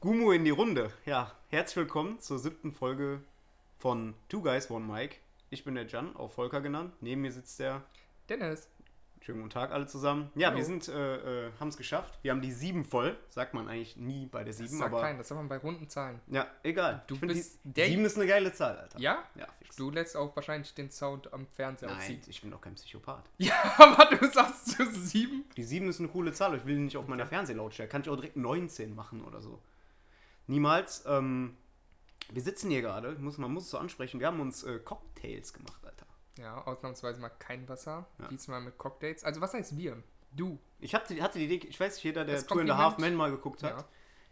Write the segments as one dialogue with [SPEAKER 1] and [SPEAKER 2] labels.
[SPEAKER 1] Gumu in die Runde. Ja, herzlich willkommen zur siebten Folge von Two Guys, One Mike. Ich bin der Jan, auch Volker genannt. Neben mir sitzt der.
[SPEAKER 2] Dennis.
[SPEAKER 1] Schönen guten Tag alle zusammen. Ja,
[SPEAKER 2] Hallo.
[SPEAKER 1] wir sind, äh, äh, haben es geschafft. Wir haben die sieben voll. Sagt man eigentlich nie bei der
[SPEAKER 2] Das
[SPEAKER 1] sieben,
[SPEAKER 2] sagt
[SPEAKER 1] aber.
[SPEAKER 2] kein, das sagt man bei runden Zahlen.
[SPEAKER 1] Ja, egal.
[SPEAKER 2] Du
[SPEAKER 1] Ich find
[SPEAKER 2] bist
[SPEAKER 1] die,
[SPEAKER 2] der-
[SPEAKER 1] Sieben ist eine geile Zahl, Alter.
[SPEAKER 2] Ja?
[SPEAKER 1] Ja, fix.
[SPEAKER 2] Du lässt auch wahrscheinlich den Sound am Fernseher
[SPEAKER 1] Nein,
[SPEAKER 2] ausziehen.
[SPEAKER 1] ich bin doch kein Psychopath.
[SPEAKER 2] Ja, aber du sagst zu sieben.
[SPEAKER 1] Die 7 ist eine coole Zahl, ich will die nicht auf meiner Fernsehlautstärke. Kann ich auch direkt 19 machen oder so. Niemals. Ähm, wir sitzen hier gerade, ich muss, man muss es so ansprechen, wir haben uns äh, Cocktails gemacht, Alter.
[SPEAKER 2] Ja, ausnahmsweise mal kein Wasser.
[SPEAKER 1] Ja.
[SPEAKER 2] Diesmal mit Cocktails. Also was heißt wir? Du.
[SPEAKER 1] Ich hatte, hatte die Idee, ich weiß nicht, jeder, der
[SPEAKER 2] Das
[SPEAKER 1] Two and a Half Men
[SPEAKER 2] Kompliment.
[SPEAKER 1] mal geguckt hat,
[SPEAKER 2] Ja.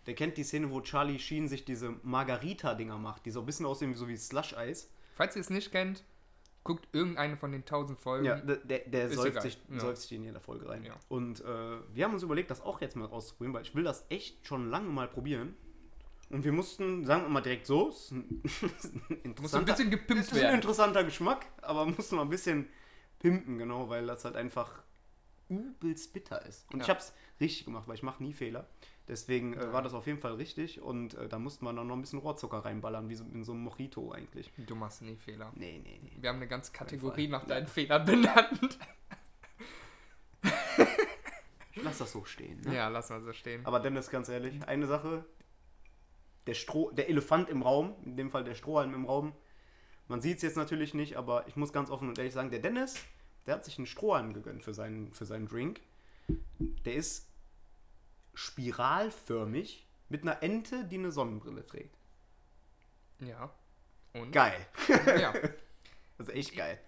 [SPEAKER 1] der kennt die Szene, wo Charlie Sheen sich diese Margarita-Dinger macht, die so ein bisschen aussehen wie so wie Slush-Eis.
[SPEAKER 2] Falls ihr es nicht kennt, guckt irgendeine von den tausend Folgen.
[SPEAKER 1] Ja, der, der, der
[SPEAKER 2] Mhm. Ist
[SPEAKER 1] säuft,
[SPEAKER 2] egal,
[SPEAKER 1] sich,
[SPEAKER 2] ja.
[SPEAKER 1] säuft sich in jeder Folge rein.
[SPEAKER 2] Ja.
[SPEAKER 1] Und äh, wir haben uns überlegt, das auch jetzt mal auszuprobieren, weil ich will das echt schon lange mal probieren. Und wir mussten, sagen wir mal direkt so, es ist ein,
[SPEAKER 2] Du musst ein
[SPEAKER 1] interessanter,
[SPEAKER 2] bisschen
[SPEAKER 1] es
[SPEAKER 2] gepimpt
[SPEAKER 1] ist ein
[SPEAKER 2] werden.
[SPEAKER 1] interessanter Geschmack, aber mussten wir ein bisschen pimpen, genau, weil das halt einfach übelst bitter ist. Und ich
[SPEAKER 2] Ja.
[SPEAKER 1] habe es richtig gemacht, weil ich mache nie Fehler. Deswegen äh, war das auf jeden Fall richtig und äh, da musste man dann noch ein bisschen Rohrzucker reinballern, wie so, in so einem Mojito eigentlich.
[SPEAKER 2] Du machst nie Fehler.
[SPEAKER 1] Nee, nee, nee.
[SPEAKER 2] Wir haben eine ganze Kategorie
[SPEAKER 1] Fall.
[SPEAKER 2] nach deinen Fehlern benannt.
[SPEAKER 1] Ich lass das so stehen. Ne?
[SPEAKER 2] Ja, lass mal so stehen.
[SPEAKER 1] Aber Dennis, ganz ehrlich, eine Sache, der, Stroh, der Elefant im Raum, in dem Fall der Strohhalm im Raum, man sieht es jetzt natürlich nicht, aber ich muss ganz offen und ehrlich sagen, der Dennis, der hat sich einen Strohhalm gegönnt für seinen, für seinen Drink. Der ist spiralförmig mit einer Ente, die eine Sonnenbrille trägt.
[SPEAKER 2] Ja. Und?
[SPEAKER 1] Geil.
[SPEAKER 2] Ja.
[SPEAKER 1] Das ist echt geil.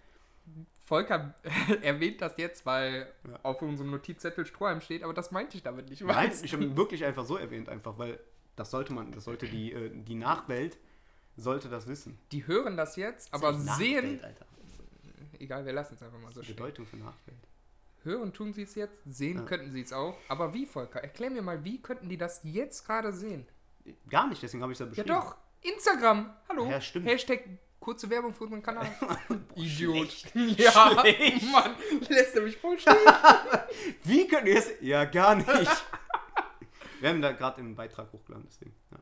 [SPEAKER 2] Volker erwähnt das jetzt, weil
[SPEAKER 1] Ja.
[SPEAKER 2] auf unserem Notizzettel Strohhalm steht, aber das meinte ich damit nicht.
[SPEAKER 1] Nein,
[SPEAKER 2] Weißt
[SPEAKER 1] ich habe ihn wirklich einfach so erwähnt, einfach, weil das sollte man, das sollte die, äh, die Nachwelt, sollte das wissen.
[SPEAKER 2] Die hören das jetzt, aber sehen. Also
[SPEAKER 1] Nachwelt, Alter.
[SPEAKER 2] Egal, wir lassen es einfach mal so stehen.
[SPEAKER 1] Bedeutung für Nachwelt.
[SPEAKER 2] Hören tun sie es jetzt, sehen
[SPEAKER 1] Ja.
[SPEAKER 2] könnten sie es auch. Aber wie, Volker? Erklär mir mal, wie könnten die das jetzt gerade sehen?
[SPEAKER 1] Gar nicht, deswegen habe ich es ja
[SPEAKER 2] Ja,
[SPEAKER 1] beschrieben.
[SPEAKER 2] doch. Instagram. Hallo.
[SPEAKER 1] Ja, stimmt.
[SPEAKER 2] Hashtag kurze Werbung für unseren Kanal. Idiot.
[SPEAKER 1] schlecht.
[SPEAKER 2] Ja,
[SPEAKER 1] Schlecht.
[SPEAKER 2] Mann. Lässt er mich voll stehen.
[SPEAKER 1] Wie könnt ihr es? Ja, gar nicht. Wir haben da gerade einen Beitrag hochgeladen, deswegen. Ja.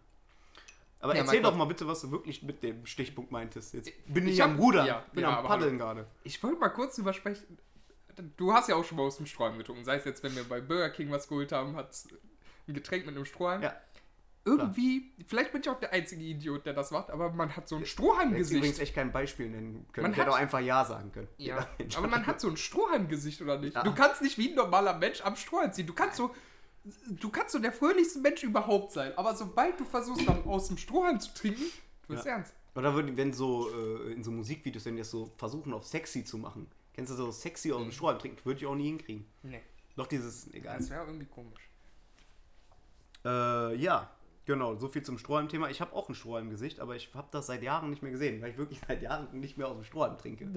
[SPEAKER 1] Aber
[SPEAKER 2] Ja,
[SPEAKER 1] erzähl
[SPEAKER 2] mein
[SPEAKER 1] doch
[SPEAKER 2] Gott.
[SPEAKER 1] mal bitte, was du wirklich mit dem Stichpunkt meintest. Jetzt bin ich,
[SPEAKER 2] ich hab-
[SPEAKER 1] am Rudern,
[SPEAKER 2] ja,
[SPEAKER 1] bin
[SPEAKER 2] ja,
[SPEAKER 1] am
[SPEAKER 2] aber
[SPEAKER 1] Paddeln gerade.
[SPEAKER 2] Ich wollte mal kurz drüber sprechen. Du hast ja auch schon mal aus dem Strohhalm getrunken. Sei es jetzt, wenn wir bei Burger King was geholt haben, hat ein Getränk mit einem Strohhalm.
[SPEAKER 1] Ja.
[SPEAKER 2] Irgendwie, vielleicht bin ich auch der einzige Idiot, der das macht, aber man hat so ein Strohhalmgesicht.
[SPEAKER 1] übrigens echt kein Beispiel nennen können.
[SPEAKER 2] Man
[SPEAKER 1] ich hätte
[SPEAKER 2] hat-
[SPEAKER 1] auch einfach Ja sagen können.
[SPEAKER 2] Ja,
[SPEAKER 1] Jeder Mensch.
[SPEAKER 2] aber man hat so ein Strohhalmgesicht, oder nicht?
[SPEAKER 1] Ja.
[SPEAKER 2] Du kannst nicht wie ein normaler Mensch am Strohhalm ziehen. Du kannst so, du kannst so der fröhlichste Mensch überhaupt sein, aber sobald du versuchst, dann aus dem Strohhalm zu trinken, du bist
[SPEAKER 1] Ja.
[SPEAKER 2] ernst.
[SPEAKER 1] Oder würden- wenn so äh, in so Musikvideos, wenn die das so versuchen, auf sexy zu machen. Kennst du so sexy
[SPEAKER 2] Mhm.
[SPEAKER 1] aus dem Strohhalm trinken? Würde ich auch nie hinkriegen.
[SPEAKER 2] Nee,
[SPEAKER 1] Doch dieses, egal.
[SPEAKER 2] das wäre irgendwie komisch.
[SPEAKER 1] Äh, ja, genau. So viel zum Strohhalm-Thema. Ich habe auch ein Strohhalm-Gesicht, aber ich habe das seit Jahren nicht mehr gesehen, weil ich wirklich seit Jahren nicht mehr aus dem Strohhalm trinke. Und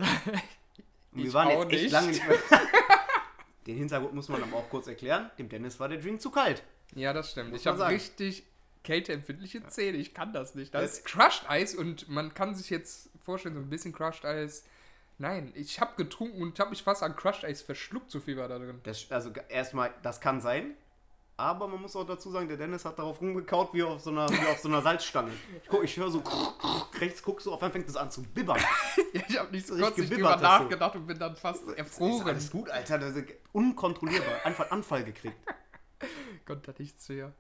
[SPEAKER 1] wir
[SPEAKER 2] Ich
[SPEAKER 1] waren
[SPEAKER 2] auch
[SPEAKER 1] jetzt echt
[SPEAKER 2] nicht.
[SPEAKER 1] lange nicht mehr. Den Hintergrund muss man aber auch kurz erklären. Dem Dennis war der Drink zu kalt.
[SPEAKER 2] Ja, das stimmt.
[SPEAKER 1] Muss
[SPEAKER 2] ich
[SPEAKER 1] man
[SPEAKER 2] habe
[SPEAKER 1] sagen.
[SPEAKER 2] richtig kälteempfindliche Zähne. Ich kann das nicht. Das
[SPEAKER 1] Das-
[SPEAKER 2] ist Crushed Eis und man kann sich jetzt vorstellen, so ein bisschen Crushed Eis. Nein, ich habe getrunken und habe mich fast an Crushed Eis verschluckt, so viel war da drin.
[SPEAKER 1] Das, also g- erstmal, das kann sein. Aber man muss auch dazu sagen, der Dennis hat darauf rumgekaut wie auf so einer, wie auf so einer Salzstange. Ich, guck- ich höre so rechts, guck so, auf einmal fängt es an zu bibbern.
[SPEAKER 2] Ich habe nicht so
[SPEAKER 1] Richtig
[SPEAKER 2] kurz nicht drüber
[SPEAKER 1] gebibbert hast du.
[SPEAKER 2] nachgedacht und bin dann fast
[SPEAKER 1] Ist
[SPEAKER 2] erfroren.
[SPEAKER 1] alles gut, Alter. Das ist unkontrollierbar. Einfach Anfall gekriegt.
[SPEAKER 2] Gott, da nichts mehr.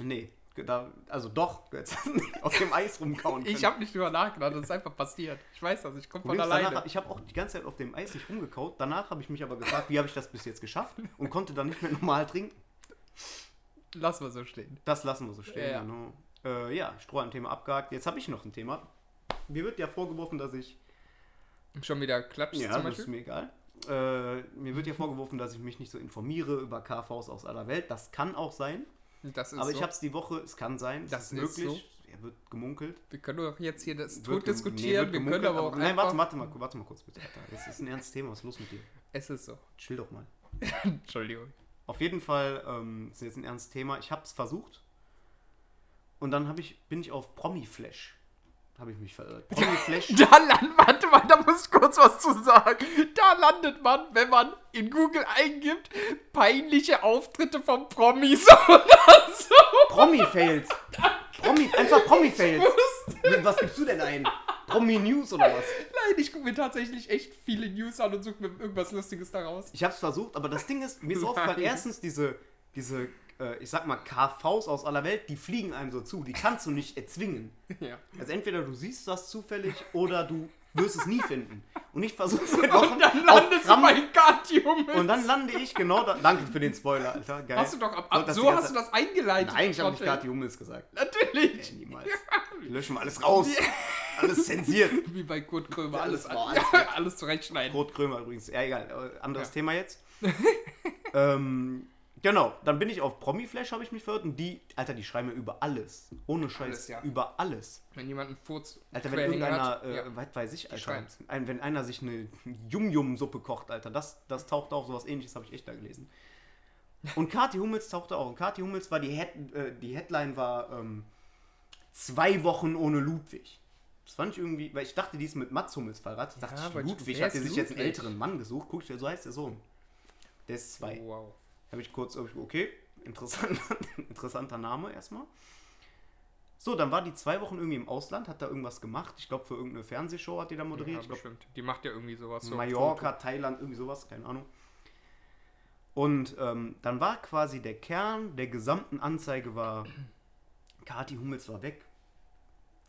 [SPEAKER 1] Nee, da, also doch, du hättest nicht auf dem Eis rumkauen können.
[SPEAKER 2] Ich habe nicht drüber nachgedacht, das ist einfach passiert. Ich weiß das, ich komme von
[SPEAKER 1] Problem ist, danach,
[SPEAKER 2] alleine.
[SPEAKER 1] hab- ich habe auch die ganze Zeit auf dem Eis nicht rumgekaut. Danach habe ich mich aber gefragt, wie habe ich das bis jetzt geschafft und konnte dann nicht mehr normal trinken.
[SPEAKER 2] Lass mal so stehen.
[SPEAKER 1] Das lassen wir so stehen.
[SPEAKER 2] Ja.
[SPEAKER 1] Genau. Äh, ja, Strohhalm-Thema abgehakt. Jetzt habe ich noch ein Thema. Mir wird ja vorgeworfen, dass ich.
[SPEAKER 2] Schon wieder klatscht
[SPEAKER 1] Ja,
[SPEAKER 2] zum
[SPEAKER 1] das ist
[SPEAKER 2] Beispiel.
[SPEAKER 1] mir egal. Äh, mir wird ja vorgeworfen, dass ich mich nicht so informiere über KVs aus aller Welt. Das kann auch sein.
[SPEAKER 2] Das ist
[SPEAKER 1] aber ich
[SPEAKER 2] so.
[SPEAKER 1] habe es die Woche, es kann sein, es
[SPEAKER 2] Das
[SPEAKER 1] ist
[SPEAKER 2] ist
[SPEAKER 1] möglich. Er wird gemunkelt.
[SPEAKER 2] Wir können doch jetzt hier das
[SPEAKER 1] Wird
[SPEAKER 2] tot
[SPEAKER 1] gem-
[SPEAKER 2] diskutieren, wir
[SPEAKER 1] nee, wird gemunkelt,
[SPEAKER 2] können aber auch
[SPEAKER 1] Nein,
[SPEAKER 2] einfach...
[SPEAKER 1] warte, warte mal, warte mal kurz bitte. Alter. Das ist ein ernstes Thema, was ist los mit dir?
[SPEAKER 2] Es ist so.
[SPEAKER 1] Chill doch mal.
[SPEAKER 2] Entschuldigung.
[SPEAKER 1] Auf jeden Fall ähm, ist jetzt ein ernstes Thema. Ich habe es versucht und dann hab ich, bin ich auf Promi-Flash. Habe ich mich verirrt. Promi-Flash.
[SPEAKER 2] Da landet, warte mal, da muss ich kurz was zu sagen. Da landet man, wenn man in Google eingibt, peinliche Auftritte von Promis oder so.
[SPEAKER 1] Promi-Fails. Promi, einfach Promi-Fails.
[SPEAKER 2] Wusst.
[SPEAKER 1] Was gibst du denn ein? Promi-News oder was?
[SPEAKER 2] Nein, ich gucke mir tatsächlich echt viele News an und suche mir irgendwas Lustiges daraus.
[SPEAKER 1] Ich hab's versucht, aber das Ding ist, mir ist
[SPEAKER 2] Nein.
[SPEAKER 1] aufgefallen, erstens diese, diese äh, ich sag mal, KVs aus aller Welt, die fliegen einem so zu. Die kannst du nicht erzwingen.
[SPEAKER 2] Ja.
[SPEAKER 1] Also entweder du siehst das zufällig oder du wirst es nie finden. Und ich versuche seit
[SPEAKER 2] Und
[SPEAKER 1] Wochen
[SPEAKER 2] dann
[SPEAKER 1] auf
[SPEAKER 2] landest du
[SPEAKER 1] Kram
[SPEAKER 2] bei Cardium.
[SPEAKER 1] und dann lande ich genau da. Danke für den Spoiler, Alter. Geil.
[SPEAKER 2] Hast du doch ab,
[SPEAKER 1] Wollte
[SPEAKER 2] ab
[SPEAKER 1] das
[SPEAKER 2] so
[SPEAKER 1] die ganze
[SPEAKER 2] hast du
[SPEAKER 1] Zeit-
[SPEAKER 2] das eingeleitet.
[SPEAKER 1] Nein, ich habe nicht
[SPEAKER 2] Trottel.
[SPEAKER 1] gerade die Hummels gesagt.
[SPEAKER 2] Natürlich.
[SPEAKER 1] Niemals. Wir löschen mal alles raus. Alles zensiert.
[SPEAKER 2] Wie bei Kurt Krömer. Alles,
[SPEAKER 1] Alles
[SPEAKER 2] an,
[SPEAKER 1] war
[SPEAKER 2] ja, alles zurechtschneiden.
[SPEAKER 1] Rot Krömer übrigens. Ja, egal. äh, Anderes Thema jetzt. ähm, genau. Dann bin ich auf Promi-Flash, habe ich mich verhört. Und die, Alter, die schreiben mir über alles. Ohne Scheiß.
[SPEAKER 2] Alles, ja.
[SPEAKER 1] Über alles.
[SPEAKER 2] Wenn jemand einen Furz
[SPEAKER 1] Alter, wenn
[SPEAKER 2] quer hängen
[SPEAKER 1] irgendeiner,
[SPEAKER 2] hat,
[SPEAKER 1] äh,
[SPEAKER 2] ja.
[SPEAKER 1] weit weiß ich, Alter,
[SPEAKER 2] schreiben's.
[SPEAKER 1] ein, wenn einer sich eine Yum-Yum-Suppe kocht, Alter, das, das taucht auf, sowas ähnliches habe ich echt da gelesen. Und Kathi Hummels tauchte auch. Und Kathi Hummels war die, Head, äh, die Headline war ähm, zwei Wochen ohne Ludwig. Das fand ich irgendwie, weil ich dachte, die ist mit Mats Hummels verraten.
[SPEAKER 2] Ja,
[SPEAKER 1] dachte
[SPEAKER 2] aber
[SPEAKER 1] ich, Ludwig
[SPEAKER 2] wer
[SPEAKER 1] hat
[SPEAKER 2] ist
[SPEAKER 1] sie sich jetzt einen
[SPEAKER 2] Ludwig?
[SPEAKER 1] älteren Mann gesucht. Guck ich, so heißt der Sohn. Der ist zwei.
[SPEAKER 2] Oh, Wow.
[SPEAKER 1] Habe ich kurz, hab ich- okay, interessant, interessanter Name erstmal. So, dann war die zwei Wochen irgendwie im Ausland, hat da irgendwas gemacht. Ich glaube, für irgendeine Fernsehshow hat die da moderiert.
[SPEAKER 2] Ja,
[SPEAKER 1] ich glaube,
[SPEAKER 2] bestimmt. Die macht ja irgendwie sowas. so
[SPEAKER 1] Mallorca, Thailand, irgendwie sowas, keine Ahnung. Und ähm, dann war quasi der Kern der gesamten Anzeige war, Kati Hummels war weg.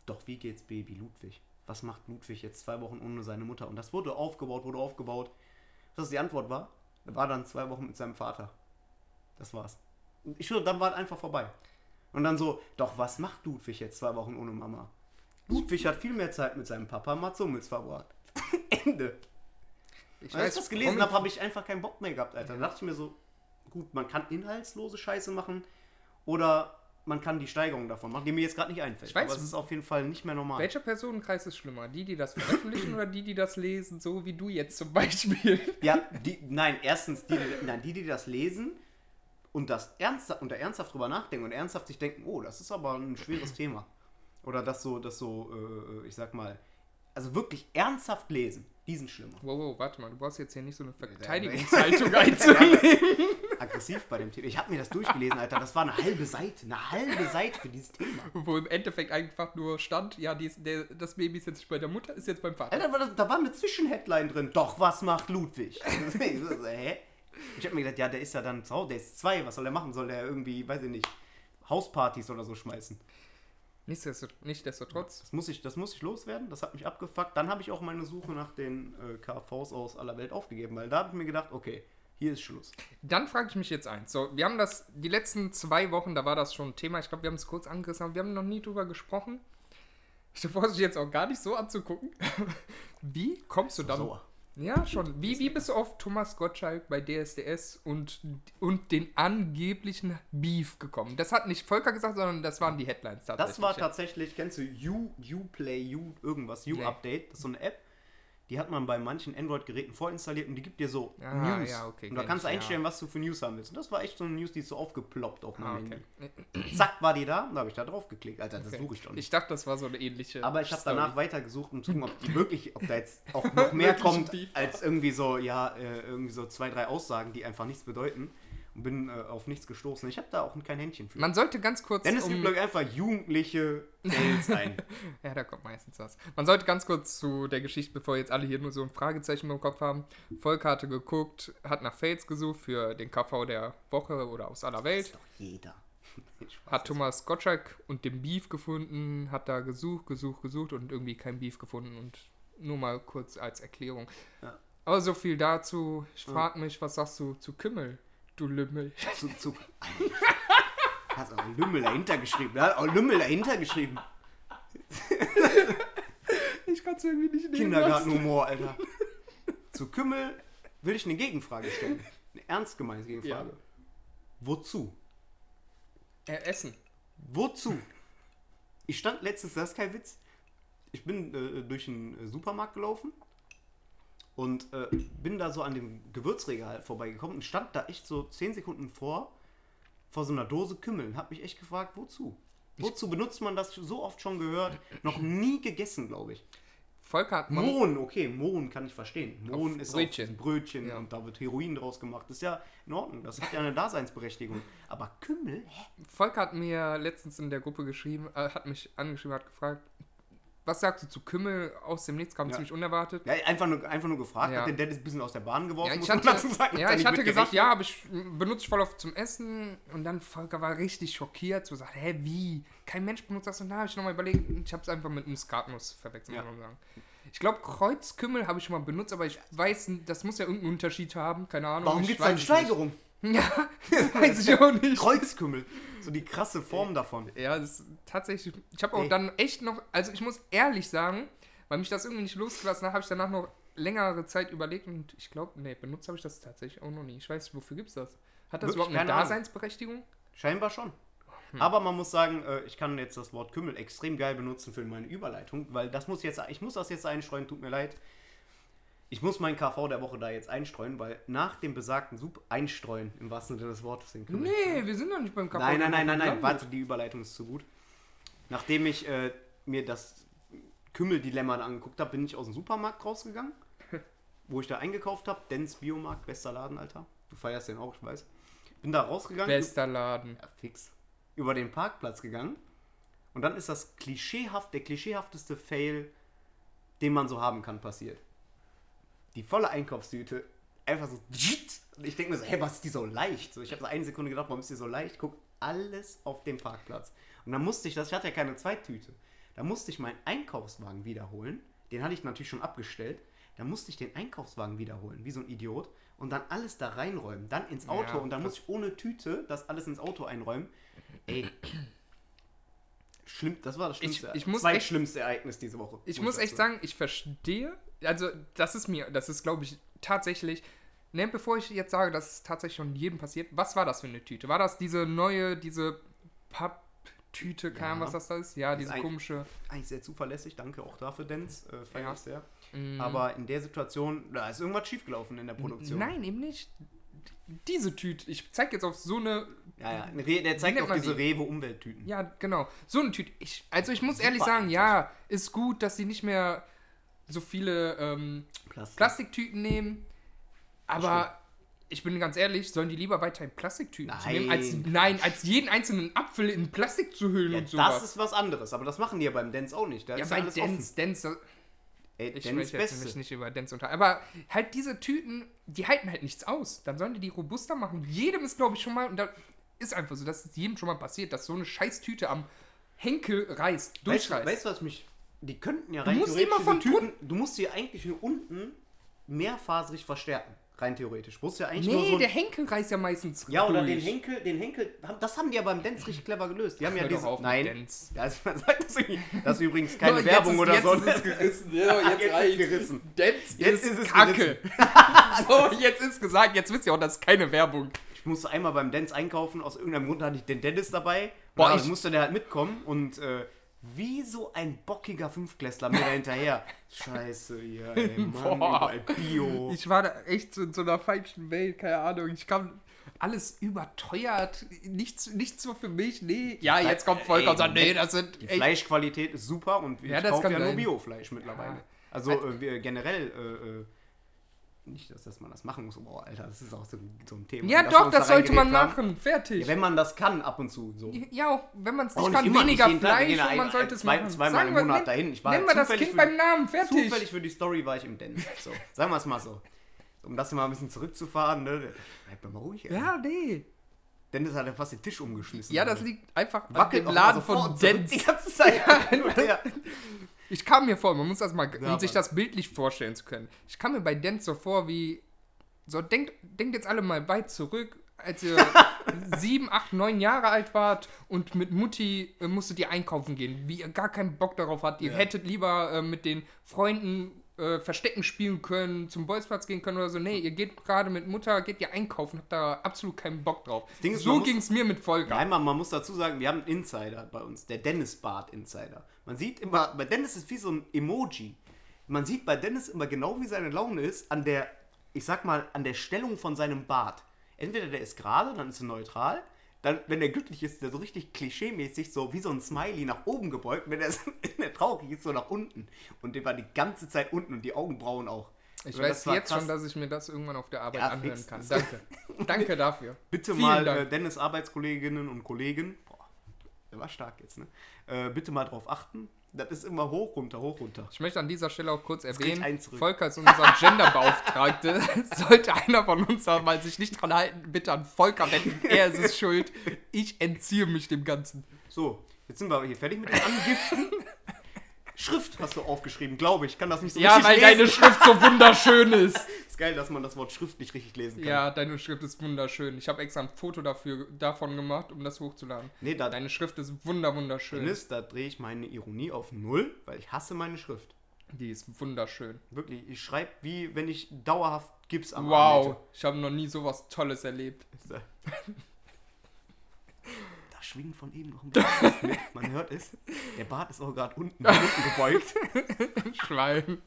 [SPEAKER 1] Doch wie geht's Baby Ludwig? Was macht Ludwig jetzt zwei Wochen ohne seine Mutter? Und das wurde aufgebaut, wurde aufgebaut. Was die Antwort war, er war dann zwei Wochen mit seinem Vater. Das war's. Und ich schwöre, dann war es einfach vorbei. Und dann so, doch was macht Ludwig jetzt zwei Wochen ohne Mama? Ludwig hat viel mehr Zeit mit seinem Papa Mats Hummels verbracht. Ende.
[SPEAKER 2] Ich
[SPEAKER 1] Als ich
[SPEAKER 2] weiß,
[SPEAKER 1] das gelesen
[SPEAKER 2] Promi-
[SPEAKER 1] habe, habe ich einfach keinen Bock mehr gehabt, Alter. Da dachte ich mir so, gut, man kann inhaltslose Scheiße machen oder man kann die Steigerung davon machen, die mir jetzt gerade nicht einfällt.
[SPEAKER 2] Ich weiß-
[SPEAKER 1] aber es ist auf jeden Fall nicht mehr normal.
[SPEAKER 2] Welcher Personenkreis ist schlimmer? Die, die das veröffentlichen oder die, die das lesen, so wie du jetzt zum Beispiel?
[SPEAKER 1] Ja, die, nein, erstens, die, die- nein, die, die das lesen und das ernsthaft, und da ernsthaft drüber nachdenken und ernsthaft sich denken, oh, das ist aber ein schweres Thema. Oder das so, das so, äh, ich sag mal, also wirklich ernsthaft lesen, die sind schlimmer.
[SPEAKER 2] Wow, wow, warte mal, du brauchst jetzt hier nicht so eine Verteidigungshaltung einzunehmen.
[SPEAKER 1] Aggressiv bei dem Thema. Ich habe mir das durchgelesen, Alter. Das war eine halbe Seite. Eine halbe Seite für dieses Thema.
[SPEAKER 2] Wo im Endeffekt einfach nur stand, ja, die ist, der, das Baby ist jetzt nicht bei der Mutter, ist jetzt beim Vater.
[SPEAKER 1] Alter, war das- da war eine Zwischenheadline drin. Doch, was macht Ludwig? Deswegen, so, hä? Ich hab mir gedacht, ja, der ist ja dann zu Hause, der ist zwei, was soll der machen? Soll der irgendwie, weiß ich nicht, Hauspartys oder so schmeißen?
[SPEAKER 2] Nichtsdestotrotz, nichtsdestotrotz
[SPEAKER 1] Das muss ich, das muss ich loswerden, das hat mich abgefuckt. Dann habe ich auch meine Suche nach den äh, KVs aus aller Welt aufgegeben, weil da habe ich mir gedacht, okay, hier ist Schluss.
[SPEAKER 2] dann frage ich mich jetzt eins. So, wir haben das, die letzten zwei Wochen, da war das schon ein Thema. Ich glaube, wir haben es kurz angerissen, aber wir haben noch nie drüber gesprochen. Ich brauche dich jetzt auch gar nicht so anzugucken. Wie kommst du dann?
[SPEAKER 1] So.
[SPEAKER 2] Ja, schon. Wie, wie bist du auf Thomas Gottschalk bei DSDS und, und den angeblichen Beef gekommen? Das hat nicht Volker gesagt, sondern das waren die Headlines tatsächlich.
[SPEAKER 1] Das war
[SPEAKER 2] ja.
[SPEAKER 1] tatsächlich, kennst du You, you Play, You irgendwas, You
[SPEAKER 2] Nee.
[SPEAKER 1] Update, das ist so eine App, die hat man bei manchen Android-Geräten vorinstalliert und die gibt dir so
[SPEAKER 2] Ah,
[SPEAKER 1] News.
[SPEAKER 2] ja, okay,
[SPEAKER 1] und da
[SPEAKER 2] kenn
[SPEAKER 1] kannst du
[SPEAKER 2] ich, ja.
[SPEAKER 1] einstellen, was du für News haben willst. Und das war echt so eine News, die ist so aufgeploppt auf meinem
[SPEAKER 2] Ah, okay.
[SPEAKER 1] Handy. Zack, war die da und da habe ich da drauf geklickt. Alter, das suche ich doch nicht.
[SPEAKER 2] Ich dachte, das war so eine ähnliche.
[SPEAKER 1] Aber ich habe
[SPEAKER 2] Story.
[SPEAKER 1] danach weitergesucht, um zu gucken, ob die wirklich, ob da jetzt auch noch mehr
[SPEAKER 2] Wirklich
[SPEAKER 1] kommt,
[SPEAKER 2] Beef.
[SPEAKER 1] als irgendwie so, ja, äh, irgendwie so zwei, drei Aussagen, die einfach nichts bedeuten. Und bin äh, auf nichts gestoßen. Ich habe da auch kein Händchen für.
[SPEAKER 2] Man sollte ganz kurz.
[SPEAKER 1] Dennis
[SPEAKER 2] um-
[SPEAKER 1] übt, glaube ich, einfach Jugendliche Fails ein.
[SPEAKER 2] Ja, da kommt meistens was. Man sollte ganz kurz zu der Geschichte, bevor jetzt alle hier nur so ein Fragezeichen im Kopf haben. Volker hatte geguckt, hat nach Fails gesucht für den KV der Woche oder aus aller Welt.
[SPEAKER 1] doch jeder.
[SPEAKER 2] Hat Thomas Gottschalk und den Beef gefunden, hat da gesucht, gesucht, gesucht und irgendwie kein Beef gefunden. Und nur mal kurz als Erklärung.
[SPEAKER 1] Ja.
[SPEAKER 2] Aber so viel dazu. Ich frage mich, was sagst du zu Kümmel, du Lümmel?
[SPEAKER 1] Zu, zu, hast auch Lümmel dahinter geschrieben. Er hat auch Lümmel dahinter geschrieben.
[SPEAKER 2] Ich kann es irgendwie nicht nehmen.
[SPEAKER 1] Kindergartenhumor, Alter. Zu Kümmel will ich eine Gegenfrage stellen. Eine ernst gemeinte Gegenfrage.
[SPEAKER 2] Ja.
[SPEAKER 1] Wozu?
[SPEAKER 2] Äh, Essen.
[SPEAKER 1] Wozu? Ich stand letztens, das ist kein Witz, ich bin äh, durch den äh, Supermarkt gelaufen und äh, bin da so an dem Gewürzregal vorbeigekommen und stand da echt so 10 Sekunden vor, vor so einer Dose Kümmel und hab mich echt gefragt, wozu? Wozu benutzt man das so oft schon gehört? Noch nie gegessen, glaube ich.
[SPEAKER 2] Volker hat Mar-
[SPEAKER 1] Mohn, okay, Mohn kann ich verstehen. Mohn
[SPEAKER 2] Auf
[SPEAKER 1] ist
[SPEAKER 2] Brötchen.
[SPEAKER 1] Brötchen, auf Brötchen
[SPEAKER 2] Ja.
[SPEAKER 1] und da wird Heroin draus gemacht. Das ist ja in Ordnung, das hat ja eine Daseinsberechtigung. Aber Kümmel, hä?
[SPEAKER 2] Volker hat mir letztens in der Gruppe geschrieben, äh, hat mich angeschrieben, hat gefragt, was sagst du zu Kümmel aus dem Nichts? Kam
[SPEAKER 1] Ja.
[SPEAKER 2] ziemlich unerwartet.
[SPEAKER 1] Ja, einfach nur, einfach nur gefragt,
[SPEAKER 2] Ja.
[SPEAKER 1] hat den Dennis ein bisschen aus der Bahn geworfen,
[SPEAKER 2] Ja, ich
[SPEAKER 1] muss man
[SPEAKER 2] hatte,
[SPEAKER 1] dazu sagen. Hat
[SPEAKER 2] ja,
[SPEAKER 1] er
[SPEAKER 2] ich
[SPEAKER 1] nicht
[SPEAKER 2] hatte
[SPEAKER 1] mit
[SPEAKER 2] gesagt,
[SPEAKER 1] gerechnet.
[SPEAKER 2] ja, aber ich benutze ich voll oft zum Essen. Und dann Volker war richtig schockiert. So sagt, hä, wie? Kein Mensch benutzt das. Und da habe ich nochmal überlegt. und Ich habe es einfach mit Muskatnuss verwechselt.
[SPEAKER 1] Ja.
[SPEAKER 2] muss man sagen. Ich glaube, Kreuzkümmel habe ich schon mal benutzt, aber ich weiß, n- das muss ja irgendeinen Unterschied haben. Keine Ahnung.
[SPEAKER 1] Warum
[SPEAKER 2] ich
[SPEAKER 1] gibt es
[SPEAKER 2] weiß
[SPEAKER 1] eine
[SPEAKER 2] es
[SPEAKER 1] Steigerung?
[SPEAKER 2] nicht. Ja, weiß ich auch nicht.
[SPEAKER 1] Kreuzkümmel. So die krasse Form davon.
[SPEAKER 2] Ja, das ist tatsächlich. Ich habe auch
[SPEAKER 1] Ey.
[SPEAKER 2] dann echt noch, also ich muss ehrlich sagen, weil mich das irgendwie nicht losgelassen hat, habe ich danach noch längere Zeit überlegt und ich glaube, nee, benutzt habe ich das tatsächlich auch noch nie. Ich weiß nicht, wofür gibt's das? Hat das
[SPEAKER 1] Wirklich
[SPEAKER 2] überhaupt eine
[SPEAKER 1] keine Ahnung.
[SPEAKER 2] Daseinsberechtigung?
[SPEAKER 1] Scheinbar schon.
[SPEAKER 2] Hm.
[SPEAKER 1] Aber man muss sagen, äh, ich kann jetzt das Wort Kümmel extrem geil benutzen für meine Überleitung, weil das muss jetzt, ich muss das jetzt einstreuen, tut mir leid. Ich muss meinen KV der Woche da jetzt einstreuen, weil nach dem besagten Sub einstreuen, im wahrsten Sinne des Wortes, den Kümmel.
[SPEAKER 2] Nee, wir sind doch nicht beim Kaffee.
[SPEAKER 1] Nein, nein, nein, nein, nein, warte, die Überleitung ist zu gut. Nachdem ich äh, mir das Kümmel-Dilemma da angeguckt habe, bin ich aus dem Supermarkt rausgegangen, wo ich da eingekauft habe. Dens Biomarkt, bester Laden, Alter. Du feierst den auch, ich weiß. Bin da rausgegangen.
[SPEAKER 2] Bester Laden.
[SPEAKER 1] Ja, fix. Über den Parkplatz gegangen. Und dann ist das klischeehaft, der klischeehafteste Fail, den man so haben kann, passiert. Die volle Einkaufstüte, einfach so. tschitt. Und ich denke mir so, hey, was ist die so leicht? So, ich habe so eine Sekunde gedacht, warum ist die so leicht? Guck, alles auf dem Parkplatz. Und dann musste ich das, ich hatte ja keine Zweitüte. Da musste ich meinen Einkaufswagen wiederholen. Den hatte ich natürlich schon abgestellt. Da musste ich den Einkaufswagen wiederholen, wie so ein Idiot. Und dann alles da reinräumen, dann ins Auto.
[SPEAKER 2] Ja,
[SPEAKER 1] und dann muss ich ohne Tüte das alles ins Auto einräumen. Ey. Schlimm, das war das
[SPEAKER 2] Ich-
[SPEAKER 1] schlimmste,
[SPEAKER 2] ich muss echt-
[SPEAKER 1] schlimmste Ereignis diese Woche.
[SPEAKER 2] Ich muss echt
[SPEAKER 1] dazu
[SPEAKER 2] sagen, ich verstehe, also das ist mir, das ist glaube ich tatsächlich, ne, bevor ich jetzt sage, dass es tatsächlich schon jedem passiert, was war das für eine Tüte? War das diese neue, diese Papptüte, keine Ahnung,
[SPEAKER 1] Ja.
[SPEAKER 2] was das da ist? Ja,
[SPEAKER 1] ist
[SPEAKER 2] diese
[SPEAKER 1] ein-
[SPEAKER 2] komische.
[SPEAKER 1] eigentlich sehr zuverlässig. Danke auch dafür, Dance. Äh, feier
[SPEAKER 2] Ja.
[SPEAKER 1] ich sehr.
[SPEAKER 2] Mm.
[SPEAKER 1] Aber in der Situation, da ist irgendwas schiefgelaufen in der Produktion.
[SPEAKER 2] Nein, eben nicht. Diese Tüte, ich zeig jetzt auf so eine,
[SPEAKER 1] Ja, ja. Ein Re der zeigt
[SPEAKER 2] nennt
[SPEAKER 1] auch
[SPEAKER 2] man
[SPEAKER 1] diese
[SPEAKER 2] die?
[SPEAKER 1] Rewe-Umwelttüten.
[SPEAKER 2] ja, genau, so eine Tüte. Ich, also ich muss ehrlich
[SPEAKER 1] Super
[SPEAKER 2] sagen, ja, ist gut, dass sie nicht mehr so viele ähm,
[SPEAKER 1] Plastik.
[SPEAKER 2] Plastiktüten nehmen. Aber ich bin ganz ehrlich, sollen die lieber weiter in Plastiktüten zu nehmen, als,
[SPEAKER 1] Nein.
[SPEAKER 2] nein, als jeden einzelnen Apfel in Plastik zu hüllen
[SPEAKER 1] Ja,
[SPEAKER 2] und
[SPEAKER 1] das
[SPEAKER 2] sowas.
[SPEAKER 1] ist was anderes, aber das machen die ja beim Dance auch nicht. Da
[SPEAKER 2] Ja,
[SPEAKER 1] ist ja
[SPEAKER 2] bei
[SPEAKER 1] alles
[SPEAKER 2] Dance, Dance,
[SPEAKER 1] offen. Ey,
[SPEAKER 2] ich
[SPEAKER 1] Dance
[SPEAKER 2] spreche jetzt
[SPEAKER 1] Beste.
[SPEAKER 2] nämlich nicht über Dance unter. Aber halt diese Tüten, die halten halt nichts aus. Dann sollen die die robuster machen. Jedem ist, glaube ich, schon mal, und da ist einfach so, dass es jedem schon mal passiert, dass so eine Scheißtüte am Henkel reißt,
[SPEAKER 1] Weißt du,
[SPEAKER 2] durchreißt.
[SPEAKER 1] weißt du, was mich. Die könnten ja
[SPEAKER 2] Du
[SPEAKER 1] rein
[SPEAKER 2] musst
[SPEAKER 1] theoretisch
[SPEAKER 2] immer von
[SPEAKER 1] diese Tüten. Du musst sie eigentlich nur unten mehrfaserig verstärken. Rein theoretisch. Du musst ja eigentlich nur
[SPEAKER 2] nee,
[SPEAKER 1] so ein-
[SPEAKER 2] der Henkel reißt ja meistens
[SPEAKER 1] Ja, oder
[SPEAKER 2] durch.
[SPEAKER 1] den Henkel, den Henkel, das haben die ja beim Dance richtig clever gelöst. Die haben ja
[SPEAKER 2] Hör doch
[SPEAKER 1] diese,
[SPEAKER 2] auf mit
[SPEAKER 1] nein,
[SPEAKER 2] Dance.
[SPEAKER 1] ja, also man sagt das, irgendwie- das ist übrigens keine
[SPEAKER 2] Jetzt
[SPEAKER 1] Werbung
[SPEAKER 2] ist-
[SPEAKER 1] oder
[SPEAKER 2] jetzt
[SPEAKER 1] so.
[SPEAKER 2] Ist es gerissen. Ja,
[SPEAKER 1] Ah,
[SPEAKER 2] jetzt,
[SPEAKER 1] jetzt
[SPEAKER 2] reicht's.
[SPEAKER 1] ist gerissen.
[SPEAKER 2] Jetzt,
[SPEAKER 1] Jetzt
[SPEAKER 2] ist
[SPEAKER 1] ist
[SPEAKER 2] es
[SPEAKER 1] es
[SPEAKER 2] Kacke. so, jetzt ist gesagt. Jetzt wisst ihr auch, das ist keine Werbung.
[SPEAKER 1] Ich musste einmal beim Dance einkaufen, aus irgendeinem Grund hatte ich den Dennis dabei.
[SPEAKER 2] Boah,
[SPEAKER 1] Boah, ich
[SPEAKER 2] ich-
[SPEAKER 1] musste der halt mitkommen und äh, wie so ein bockiger Fünfklässler mir da hinterher. Scheiße, ja, ey, Mann,
[SPEAKER 2] Boah.
[SPEAKER 1] überall Bio.
[SPEAKER 2] Ich war da echt so in so einer falschen Welt. Keine Ahnung. Ich kam alles überteuert. Nichts, nichts so für mich. Nee. Ja, jetzt kommt Volker
[SPEAKER 1] Ey, ne,
[SPEAKER 2] und sagt, nee, das sind...
[SPEAKER 1] Die
[SPEAKER 2] echt-
[SPEAKER 1] Fleischqualität ist super und ich
[SPEAKER 2] Ja, das
[SPEAKER 1] kaufe
[SPEAKER 2] kann
[SPEAKER 1] ja nur
[SPEAKER 2] sein.
[SPEAKER 1] Biofleisch mittlerweile.
[SPEAKER 2] Ja.
[SPEAKER 1] Also äh, wir generell, äh, äh, nicht, dass, dass man das machen muss, aber Alter, das ist auch so, ein- so ein Thema.
[SPEAKER 2] ja,
[SPEAKER 1] dass wir
[SPEAKER 2] doch,
[SPEAKER 1] uns da
[SPEAKER 2] das sollte man
[SPEAKER 1] reingeredet haben.
[SPEAKER 2] machen. Fertig.
[SPEAKER 1] Ja, wenn man das kann, ab und zu. So.
[SPEAKER 2] Ja, auch wenn man es
[SPEAKER 1] Auch
[SPEAKER 2] nicht
[SPEAKER 1] nicht
[SPEAKER 2] kann,
[SPEAKER 1] immer, nicht
[SPEAKER 2] weniger
[SPEAKER 1] jeden Tag. Wir
[SPEAKER 2] Fleisch
[SPEAKER 1] gehen
[SPEAKER 2] und man
[SPEAKER 1] ein-
[SPEAKER 2] sollte es
[SPEAKER 1] zwei-
[SPEAKER 2] machen.
[SPEAKER 1] zweimal
[SPEAKER 2] Sagen
[SPEAKER 1] im
[SPEAKER 2] wir,
[SPEAKER 1] Monat
[SPEAKER 2] nenn-
[SPEAKER 1] dahin. Ich war
[SPEAKER 2] Nennen wir das
[SPEAKER 1] zufällig
[SPEAKER 2] Kind
[SPEAKER 1] für-
[SPEAKER 2] beim Namen, fertig.
[SPEAKER 1] Zufällig für die Story war ich im Dennis. So, sagen wir es mal so. Um das mal ein bisschen zurückzufahren, ne? Bleib doch mal ruhig. ey.
[SPEAKER 2] Ja, nee.
[SPEAKER 1] Dennis hat ja fast den Tisch umgeschmissen.
[SPEAKER 2] Ja, das liegt einfach
[SPEAKER 1] Wackelt
[SPEAKER 2] an dem
[SPEAKER 1] auch
[SPEAKER 2] Laden
[SPEAKER 1] mal sofort
[SPEAKER 2] von
[SPEAKER 1] zurück
[SPEAKER 2] Dents.
[SPEAKER 1] Die ganze Zeit. hin und her.
[SPEAKER 2] Ich kam mir vor, man muss das mal, um
[SPEAKER 1] Ja,
[SPEAKER 2] sich
[SPEAKER 1] Mann.
[SPEAKER 2] das bildlich vorstellen zu können. Ich kam mir bei Dance so vor wie, so denkt, denkt jetzt alle mal weit zurück, als ihr sieben, acht, neun Jahre alt wart und mit Mutti äh, musstet ihr einkaufen gehen, wie ihr gar keinen Bock darauf hattet. Ihr
[SPEAKER 1] Ja.
[SPEAKER 2] hättet lieber äh, mit den Freunden äh, Verstecken spielen können, zum Bolzplatz gehen können oder so. Nee, ihr geht gerade mit Mutter, geht ihr einkaufen, habt da absolut keinen Bock drauf.
[SPEAKER 1] Ding ist, man
[SPEAKER 2] so
[SPEAKER 1] muss-
[SPEAKER 2] ging es mir mit Volker.
[SPEAKER 1] Ja, Einmal, man muss dazu sagen, wir haben einen Insider bei uns, der Dennis Bart Insider. Man sieht immer, bei Dennis ist wie so ein Emoji. Man sieht bei Dennis immer genau, wie seine Laune ist, an der, ich sag mal, an der Stellung von seinem Bart. Entweder der ist gerade, dann ist er neutral, dann, wenn der glücklich ist, ist der so richtig klischeemäßig, so wie so ein Smiley nach oben gebeugt. Wenn er, wenn er traurig ist, so nach unten. Und der war die ganze Zeit unten und die Augenbrauen auch.
[SPEAKER 2] Ich
[SPEAKER 1] Also
[SPEAKER 2] weiß
[SPEAKER 1] war
[SPEAKER 2] jetzt
[SPEAKER 1] krass.
[SPEAKER 2] schon, dass ich mir das irgendwann auf der Arbeit
[SPEAKER 1] Ja,
[SPEAKER 2] anhören
[SPEAKER 1] fix.
[SPEAKER 2] kann. Danke. Danke dafür.
[SPEAKER 1] Bitte
[SPEAKER 2] Vielen
[SPEAKER 1] mal
[SPEAKER 2] Dank.
[SPEAKER 1] äh, Dennis Arbeitskolleginnen und Kollegen, boah, der war stark jetzt, ne? Äh, bitte mal drauf achten. Das ist immer hoch, runter, hoch, runter.
[SPEAKER 2] Ich möchte an dieser Stelle auch kurz
[SPEAKER 1] geht
[SPEAKER 2] erwähnen,
[SPEAKER 1] eins zurück.
[SPEAKER 2] Volker ist unser Genderbeauftragte. Sollte einer von uns da mal sich nicht dran halten, bitte an Volker wenden. Er ist es schuld. Ich entziehe mich dem Ganzen.
[SPEAKER 1] So, jetzt sind wir aber hier fertig mit den Angiften. Schrift hast du aufgeschrieben, glaube ich. Kann das nicht so
[SPEAKER 2] Ja, weil
[SPEAKER 1] richtig
[SPEAKER 2] deine
[SPEAKER 1] lesen.
[SPEAKER 2] Schrift so wunderschön ist.
[SPEAKER 1] Ist geil, dass man das Wort Schrift nicht richtig lesen kann.
[SPEAKER 2] Ja, deine Schrift ist wunderschön. Ich habe extra ein Foto dafür, davon gemacht, um das hochzuladen.
[SPEAKER 1] Nee, da,
[SPEAKER 2] Deine Schrift ist wunder wunderschön.
[SPEAKER 1] Dennis, da drehe ich meine Ironie auf Null, weil ich hasse meine Schrift.
[SPEAKER 2] Die ist wunderschön.
[SPEAKER 1] Wirklich, ich schreibe wie wenn ich dauerhaft Gips am Arm
[SPEAKER 2] Wow, ich habe noch nie sowas Tolles erlebt.
[SPEAKER 1] hätte. Da schwingt von eben noch ein bisschen. mit. Man hört es. Der Bart ist auch gerade unten, nach unten gebeugt.
[SPEAKER 2] Schwein.